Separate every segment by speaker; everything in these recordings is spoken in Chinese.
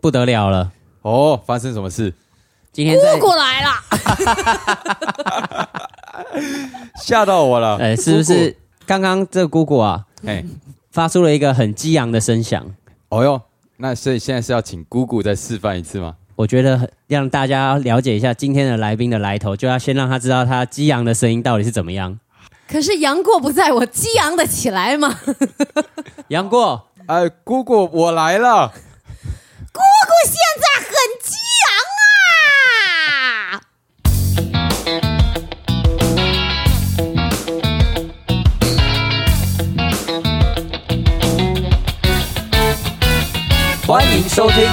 Speaker 1: 不得了了。
Speaker 2: 哦，发生什么事？
Speaker 1: 今天在
Speaker 3: 姑姑来啦！
Speaker 2: 吓到我了！
Speaker 1: 呃，是不是刚刚这个姑姑啊，
Speaker 2: 姑姑？哎，
Speaker 1: 发出了一个很激昂的声响？
Speaker 2: 哦哟，那所以现在是要请姑姑再示范一次吗？
Speaker 1: 我觉得很让大家了解一下今天的来宾的来头，就要先让他知道他激昂的声音到底是怎么样。
Speaker 3: 可是杨过不在，我激昂的起来吗？姑
Speaker 1: 杨过，
Speaker 2: 哎，姑姑，我来了！
Speaker 3: 姑现在很激昂啊！。
Speaker 2: 欢迎收听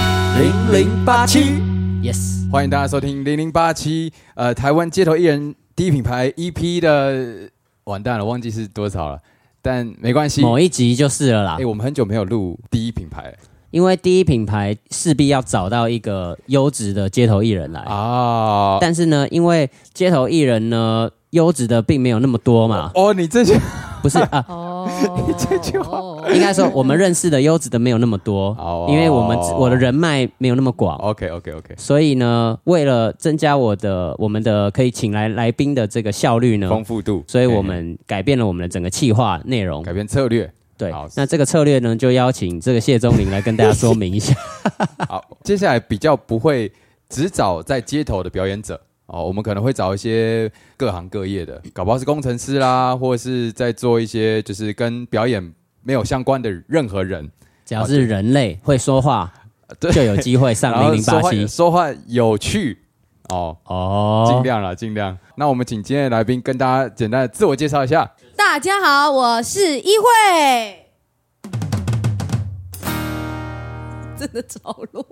Speaker 2: 零零八七，
Speaker 1: yes，
Speaker 2: 欢迎大家收听零零八七，呃，台湾街头艺人第一品牌 EP 的，完蛋了，忘记是多少了，但没关系。
Speaker 1: 某一集就是了啦
Speaker 2: 哎、。我们很久没有录第一品牌了
Speaker 1: 因为第一品牌势必要找到一个优质的街头艺人来，
Speaker 2: 啊！
Speaker 1: 但是呢，因为街头艺人呢，优质的并没有那么多嘛，
Speaker 2: 哦，你这些
Speaker 1: 不 是啊
Speaker 3: 哦，这句话
Speaker 1: 应该说，我们认识的优质的没有那么多
Speaker 2: 哦，
Speaker 1: 因为我们我的人脉没有那么广，
Speaker 2: OK OK OK，
Speaker 1: 所以呢，为了增加我的我们的可以请来来宾的这个效率呢，
Speaker 2: 丰富度，
Speaker 1: 所以我们改变了我们的整个企划内容
Speaker 2: 嘿。改变策略。
Speaker 1: 对
Speaker 2: 哎好，
Speaker 1: 那这个策略呢，就邀请这个谢宗林来跟大家说明一下。
Speaker 2: 好，接下来比较不会只找在街头的表演者哦，我们可能会找一些各行各业的，搞不好是工程师啦，或者是在做一些就是跟表演没有相关的任何人，
Speaker 1: 只要是人类会说话，
Speaker 2: 对
Speaker 1: 就有机会上
Speaker 2: 然后
Speaker 1: 零零
Speaker 2: 说
Speaker 1: 八
Speaker 2: 话
Speaker 1: 七
Speaker 2: 说话有趣哦，尽
Speaker 1: 哦。
Speaker 2: 量啦，尽量。那我们请今天的来宾跟大家简单的自我介绍一下。
Speaker 3: 大家好，我是一慧。真的超弱，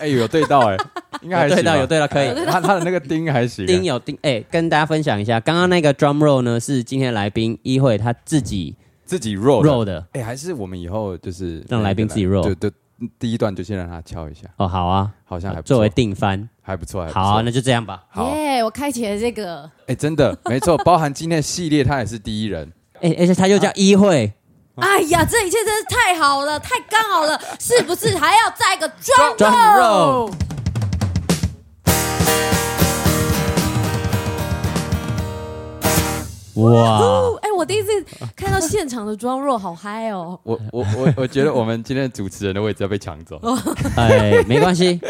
Speaker 2: 哎、有对到 哎、应该还行
Speaker 1: 有对
Speaker 2: 吧
Speaker 1: 到有对到可以有
Speaker 2: 他他的那个钉还行、啊
Speaker 1: 丁有丁，哎、跟大家分享一下，刚刚那个 drum roll 呢是今天来宾一会他自己
Speaker 2: 自己弱
Speaker 1: roll 的
Speaker 2: 哎、还是我们以后就是
Speaker 1: 让来宾自己
Speaker 2: 弱，
Speaker 1: roll
Speaker 2: 就就第一段就先让他敲一下，
Speaker 1: 哦，好啊，
Speaker 2: 好像还不错
Speaker 1: 作为定番，
Speaker 2: 还不错，还不错。
Speaker 1: 好、啊，那就这样吧。
Speaker 2: 好，哎、
Speaker 3: 耶！我开启了这个，
Speaker 2: 真的 没错，包含今天的系列，他也是第一人。
Speaker 1: 哎、而且他又叫一会，
Speaker 3: 哎呀，这一切真是太好了，太刚好了，是不是？还要再一个装
Speaker 1: 装
Speaker 3: 肉
Speaker 1: 肉？哇，
Speaker 3: 哦，哎，我第一次看到现场的装肉，好嗨哦！
Speaker 2: 我我我我觉得我们今天主持人的位置要被抢走。
Speaker 1: 哎、没关系，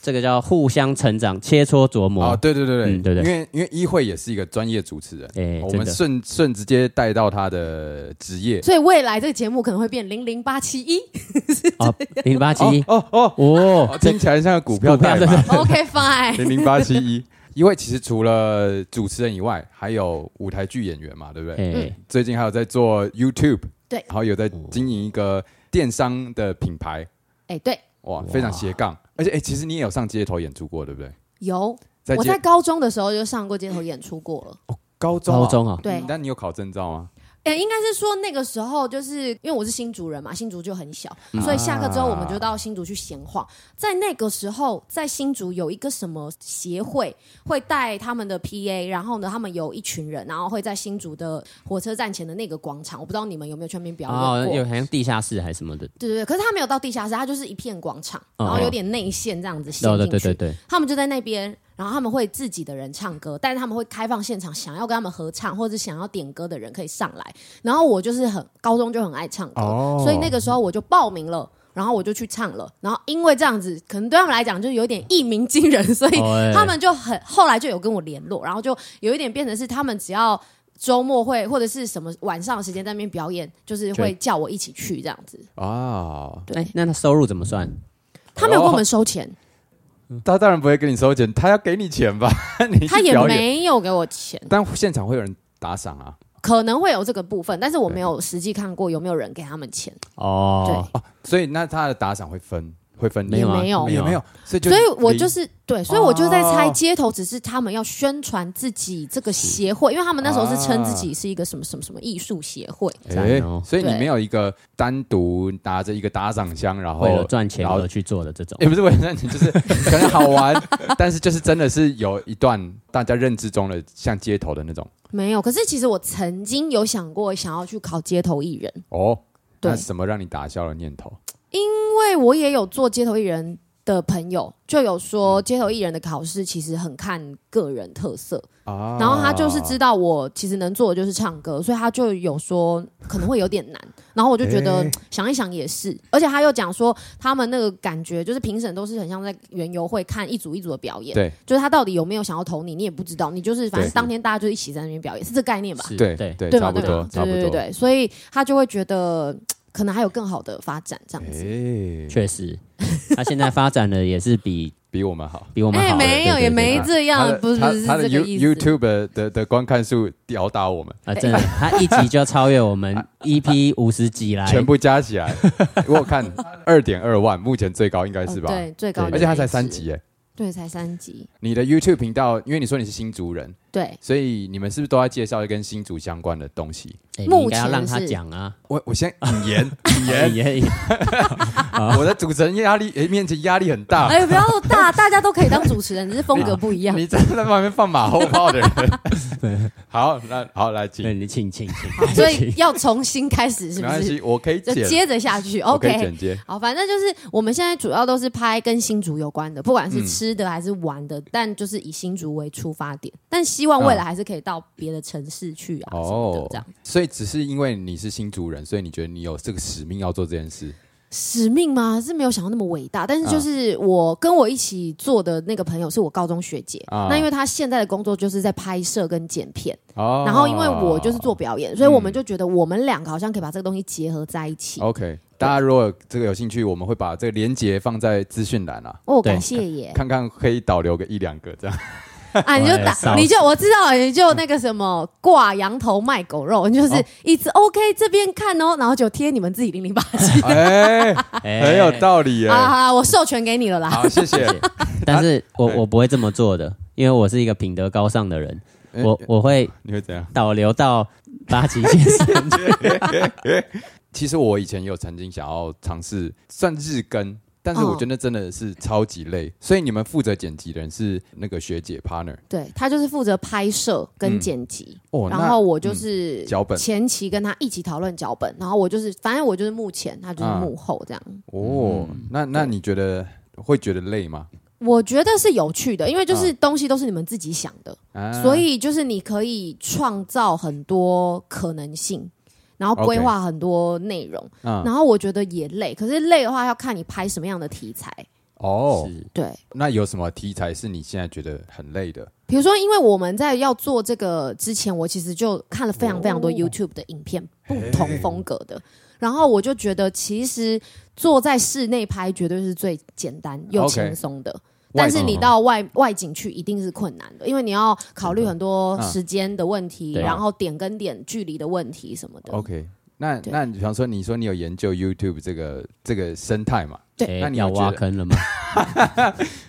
Speaker 1: 这个叫互相成长，切磋琢磨。
Speaker 2: 哦，对对对对，
Speaker 1: 嗯对对
Speaker 2: 因为因为一慧也是一个专业主持人，
Speaker 1: 哎
Speaker 2: 我
Speaker 1: 真
Speaker 2: 们
Speaker 1: 的
Speaker 2: 顺顺直接带到他的 职业。
Speaker 3: 所以未来这个节目可能会变零零八七一。
Speaker 1: 哦，零八七
Speaker 2: 哦哦哦
Speaker 1: 哦
Speaker 2: 哦，，听起来像个股票
Speaker 1: 股票
Speaker 2: 代码
Speaker 3: OK fine，
Speaker 2: 零零八七一。因为其实除了主持人以外，还有舞台剧演员嘛，对不嗯对？
Speaker 1: 哎、
Speaker 2: 最近还有在做 YouTube，
Speaker 3: 对
Speaker 2: 然后有在经营一个电商的品牌，
Speaker 3: 哎，对，
Speaker 2: 哇，非常斜杠。而且，哎、其实你也有上街头演出过，对不对？
Speaker 3: 有
Speaker 2: 在
Speaker 3: 我
Speaker 2: 街
Speaker 3: 在高中的时候就上过街头演出过了。
Speaker 2: 高中啊、
Speaker 1: 高中哦，
Speaker 3: 对
Speaker 2: 嗯但你有考证照吗？
Speaker 3: 哎，应该是说那个时候，就是因为我是新竹人嘛，新竹就很小，
Speaker 1: 嗯
Speaker 3: 所以下课之后我们就到新竹去闲晃。在那个时候，在新竹有一个什么协会会带他们的 PA，然后呢，他们有一群人，然后会在新竹的火车站前的那个广场，我不知道你们有没有去那边表
Speaker 1: 哦
Speaker 2: 啊
Speaker 3: 演，过
Speaker 1: 有。好像地下室还是什么的，
Speaker 3: 对对对，可是他没有到地下室，他就是一片广场，
Speaker 1: 哦
Speaker 3: 然后有点内线这样子陷
Speaker 1: 对哦对
Speaker 3: 进
Speaker 1: 对对
Speaker 3: 去。
Speaker 1: 对，
Speaker 3: 他们就在那边，然后他们会自己的人唱歌，但是他们会开放现场，想要跟他们合唱或者想要点歌的人可以上来。然后我就是很高中就很爱唱歌，
Speaker 2: 哦
Speaker 3: 所以那个时候我就报名了。然后我就去唱了，然后因为这样子，可能对他们来讲就是有点一鸣惊人，所以
Speaker 1: 哦哎
Speaker 3: 他们就很后来就有跟我联络，然后就有一点变成是他们只要周末会或者是什么晚上的时间在那边表演，就是会
Speaker 1: 对
Speaker 3: 叫我一起去这样子。
Speaker 2: 啊，
Speaker 3: 对
Speaker 1: 哎、那他收入怎么算？
Speaker 3: 他
Speaker 2: 哦
Speaker 3: 没有跟我们收钱，
Speaker 2: 他当然不会跟你收钱，他要给你钱吧？ 你去
Speaker 3: 他也
Speaker 2: 表演，
Speaker 3: 没有给我钱，
Speaker 2: 但现场会有人打赏啊。
Speaker 3: 可能会有这个部分，但是我没有实际看过有没有人给他们钱，
Speaker 1: 哦，
Speaker 2: 所以那他的打赏会分，会分
Speaker 1: 没有啊
Speaker 3: 也没有
Speaker 2: 没有没有，所以就
Speaker 3: 所以我就是是对，所以我就在猜
Speaker 2: 哦
Speaker 3: 街头只是他们要宣传自己这个协会，因为他们那时候是称自己是一个什么什么什么艺术协会，
Speaker 2: 哎、
Speaker 1: 赞哦
Speaker 2: 所以你
Speaker 3: 对
Speaker 2: 没有一个单独拿着一个打赏箱，然后
Speaker 1: 为了赚钱
Speaker 2: 然后
Speaker 1: 而去做的这种
Speaker 2: 也、，不是为了赚钱，就是可能好玩，但是就是真的是有一段大家认知中的像街头的那种
Speaker 3: 没有。可是其实我曾经有想过想要去考街头艺人，
Speaker 2: 哦。
Speaker 3: 对
Speaker 2: 那什么让你打消了念头？
Speaker 3: 因为我也有做街头艺人的朋友就有说，
Speaker 2: 嗯
Speaker 3: 街头艺人的考试其实很看个人特色。
Speaker 2: 啊
Speaker 3: 然后他就是知道我其实能做的就是唱歌，所以他就有说可能会有点难。然后我就觉得
Speaker 2: 哎
Speaker 3: 想一想也是，而且他又讲说他们那个感觉就是评审都是很像在园游会看一组一组的表演，
Speaker 2: 对
Speaker 3: 就是他到底有没有想要投你，你也不知道，你就是反正
Speaker 2: 对
Speaker 3: 当天大家就一起在那边表演，是这概念吧？
Speaker 1: 是
Speaker 2: 对
Speaker 1: 对，
Speaker 2: 对，
Speaker 3: 对
Speaker 2: 差
Speaker 3: 吧？
Speaker 2: 不
Speaker 3: 对
Speaker 2: 多
Speaker 3: 吧？
Speaker 2: 差
Speaker 3: 对
Speaker 2: 不
Speaker 3: 对对
Speaker 2: 多。
Speaker 3: 对，所以他就会觉得呃可能还有更好的发展这样子。
Speaker 2: 哎，
Speaker 1: 确实，他现在发展的也是比
Speaker 2: 比我们好。
Speaker 1: 比我们
Speaker 3: 哎、
Speaker 1: 好了。
Speaker 3: 没
Speaker 1: 对对
Speaker 3: 有
Speaker 1: 对
Speaker 3: 也没这
Speaker 2: 他
Speaker 3: 样
Speaker 2: 的，
Speaker 3: 不是不
Speaker 2: 他
Speaker 3: 是是
Speaker 2: 他的
Speaker 3: 这个
Speaker 2: You
Speaker 3: 意思。
Speaker 2: YouTube 的的的观看数吊打我们，
Speaker 1: 啊，真的，他一集就要超越我 们 EP 五十集来，
Speaker 2: 全部加起 来，我有看二点二万，目前最高应该
Speaker 3: 哦
Speaker 2: 是吧？
Speaker 3: 对，最高，
Speaker 2: 而且他才三，集哎。
Speaker 3: 对，才三集，
Speaker 2: 你的 YouTube 频道，因为你说你是新竹人，
Speaker 3: 对，
Speaker 2: 所以你们是不是都在介绍跟新竹相关的东西？
Speaker 1: 哎
Speaker 3: 目
Speaker 1: 你应该要
Speaker 3: 前
Speaker 1: 让他
Speaker 3: 是
Speaker 1: 讲 啊，
Speaker 2: 我我先引言， 引 言，
Speaker 1: 也也
Speaker 2: 我的主持人压力诶面前压力很 大。
Speaker 3: 哎、不要大，大家都可以当主持人，只是风格不一 样。
Speaker 2: 你真的在旁边放马后炮 的人。好，那好来，请
Speaker 1: 对，你请请请，
Speaker 3: 所以要重新开始，是
Speaker 2: 没
Speaker 3: 不
Speaker 2: 关
Speaker 3: 是？
Speaker 2: 系，我可以
Speaker 3: 就
Speaker 2: 剪，
Speaker 3: 接着下去
Speaker 2: 我可以
Speaker 3: ，OK
Speaker 2: 剪。 接。
Speaker 3: 好，反正就是我们现在主要都是拍跟新竹有关的，不管
Speaker 2: 嗯
Speaker 3: 是吃的还是玩的，但就是以新竹为出发点，但希望未来还是可以到别的城市去啊，
Speaker 2: 哦
Speaker 3: 什么的这样。
Speaker 2: 所以只是因为你是新族人，所以你觉得你有这个使命要做这件事。
Speaker 3: 使命吗？是没有想到那么伟大，但
Speaker 2: 啊
Speaker 3: 是就是我跟我一起做的那个朋友是我高中学姐，
Speaker 2: 啊
Speaker 3: 那因为她现在的工作就是在拍摄跟剪片，
Speaker 2: 哦
Speaker 3: 然后因为我就是做表演，所以我们就觉得我们两个好像可以把这个东西结合在一起。
Speaker 2: 哦 OK，大家如果有这个有兴趣，我们会把这个连接放在资讯栏啊，
Speaker 3: 哦，
Speaker 1: 对
Speaker 3: 感谢耶！
Speaker 2: 看看可以导流个一两个这 样。
Speaker 3: 啊，你就
Speaker 1: 哎
Speaker 3: 打，
Speaker 1: 少
Speaker 3: 你就我知道，你就那个什么挂羊头卖狗肉， 你就是
Speaker 2: 哦
Speaker 3: 一直 OK 这边看哦，然后就贴你们自己零零八七。
Speaker 2: 哎，很
Speaker 1: 很
Speaker 2: 有道理耶
Speaker 3: 好。啦好啦，我授权给你了啦。
Speaker 2: 好， 谢谢。
Speaker 1: 但是我
Speaker 2: 对
Speaker 1: 我不会这么做的，因为我是一个品德高尚的人，
Speaker 2: 哎
Speaker 1: 我我会
Speaker 2: 你会怎样？
Speaker 1: 导流到八旗先 生。
Speaker 2: 其实我以前也有曾经想要尝试算日更，但是
Speaker 3: 嗯
Speaker 2: 我觉得真的是超级累。所以你们负责剪辑的人是那个学姐 partner
Speaker 3: 对他就是负责拍摄跟
Speaker 2: 嗯
Speaker 3: 剪辑，
Speaker 2: 哦，
Speaker 3: 然
Speaker 2: 那嗯
Speaker 3: 后我就是
Speaker 2: 脚本
Speaker 3: 前期跟他一起讨论脚本，然后我就是反正我就是幕前，他就是
Speaker 2: 啊
Speaker 3: 幕后这样。
Speaker 2: 哦，那那你觉得会觉得累吗？
Speaker 3: 我觉得是有趣的，因为就是东西都是你们自己想的，
Speaker 2: 啊
Speaker 3: 所以就是你可以创造很多可能性，然后规划很多内容。
Speaker 2: 嗯
Speaker 3: 然后我觉得也累，可是累的话要看你拍什么样的题材。
Speaker 2: 哦，
Speaker 1: 是
Speaker 3: 对，
Speaker 2: 那有什么题材是你现在觉得很累的？
Speaker 3: 比如说，因为我们在要做这个之前，我其实就看了非常非
Speaker 2: 哦
Speaker 3: 常多 YouTube 的影片，不同风格的。然后我就觉得，其实坐在室内拍绝对是最简单又
Speaker 2: OK
Speaker 3: 轻松的。
Speaker 2: 外
Speaker 3: 但
Speaker 2: 景哦
Speaker 3: 是你到外外景去一定是困难的，因为你要考虑很多
Speaker 2: 嗯啊
Speaker 3: 时间的问题，
Speaker 1: 对
Speaker 3: 然后点跟点距离的问题什么的。
Speaker 2: OK，那
Speaker 3: 对
Speaker 2: 那你比方说，你说你有研究 YouTube 这个这个生态嘛？
Speaker 3: 对
Speaker 1: 哎
Speaker 2: 那你有
Speaker 1: 要挖
Speaker 2: 觉得
Speaker 1: 坑了吗？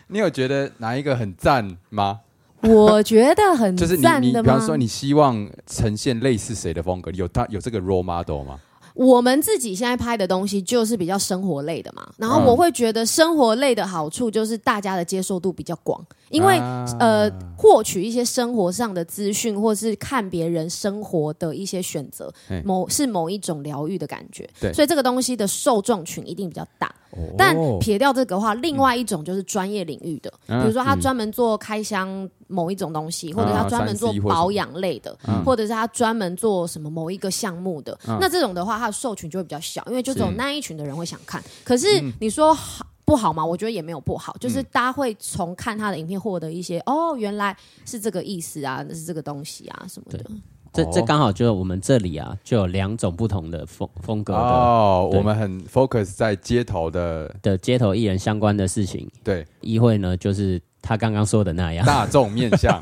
Speaker 2: 你有觉得哪一个很赞吗？
Speaker 3: 我觉得很
Speaker 2: 就是你
Speaker 3: 赞
Speaker 2: 你
Speaker 3: 的
Speaker 2: 比
Speaker 3: 吗
Speaker 2: 方？说，你希望呈现类似谁的风格？有他有这个 role model 吗？
Speaker 3: 我们自己现在拍的东西就是比较生活类的嘛，然后
Speaker 2: 嗯
Speaker 3: 我会觉得生活类的好处就是大家的接受度比较广，因为、
Speaker 2: 啊
Speaker 3: 呃获取一些生活上的资讯，或是看别人生活的一些选择
Speaker 2: 嘿，
Speaker 3: 某是某一种疗愈的感觉
Speaker 2: 对，
Speaker 3: 所以这个东西的受众群一定比较大。
Speaker 2: 哦
Speaker 3: 但撇掉这个的话，另外一种就是专业领域的，
Speaker 2: 嗯啊
Speaker 3: 比如说他专门做开箱某一种东西，或者他专门做
Speaker 2: 3C
Speaker 3: 保养类的，
Speaker 2: 嗯
Speaker 3: 或者是他专门做什么某一个项目的。那这种的话，他的受群就会比较小，因为就只有那一群的人会想看。可是
Speaker 2: 嗯
Speaker 3: 你说好。不好吗？我觉得也没有不好，就是大家会从看他的影片获得一些、哦，原来是这个意思啊，是这个东西啊什么的
Speaker 1: 对。这这刚好就是我们这里啊，就有两种不同的风风格的
Speaker 2: 哦，
Speaker 1: 对
Speaker 2: 我们很 focus 在街头的
Speaker 1: 的街头艺人相关的事情。
Speaker 2: 对
Speaker 1: 议会呢，就是他刚刚说的那样，
Speaker 2: 大众面 向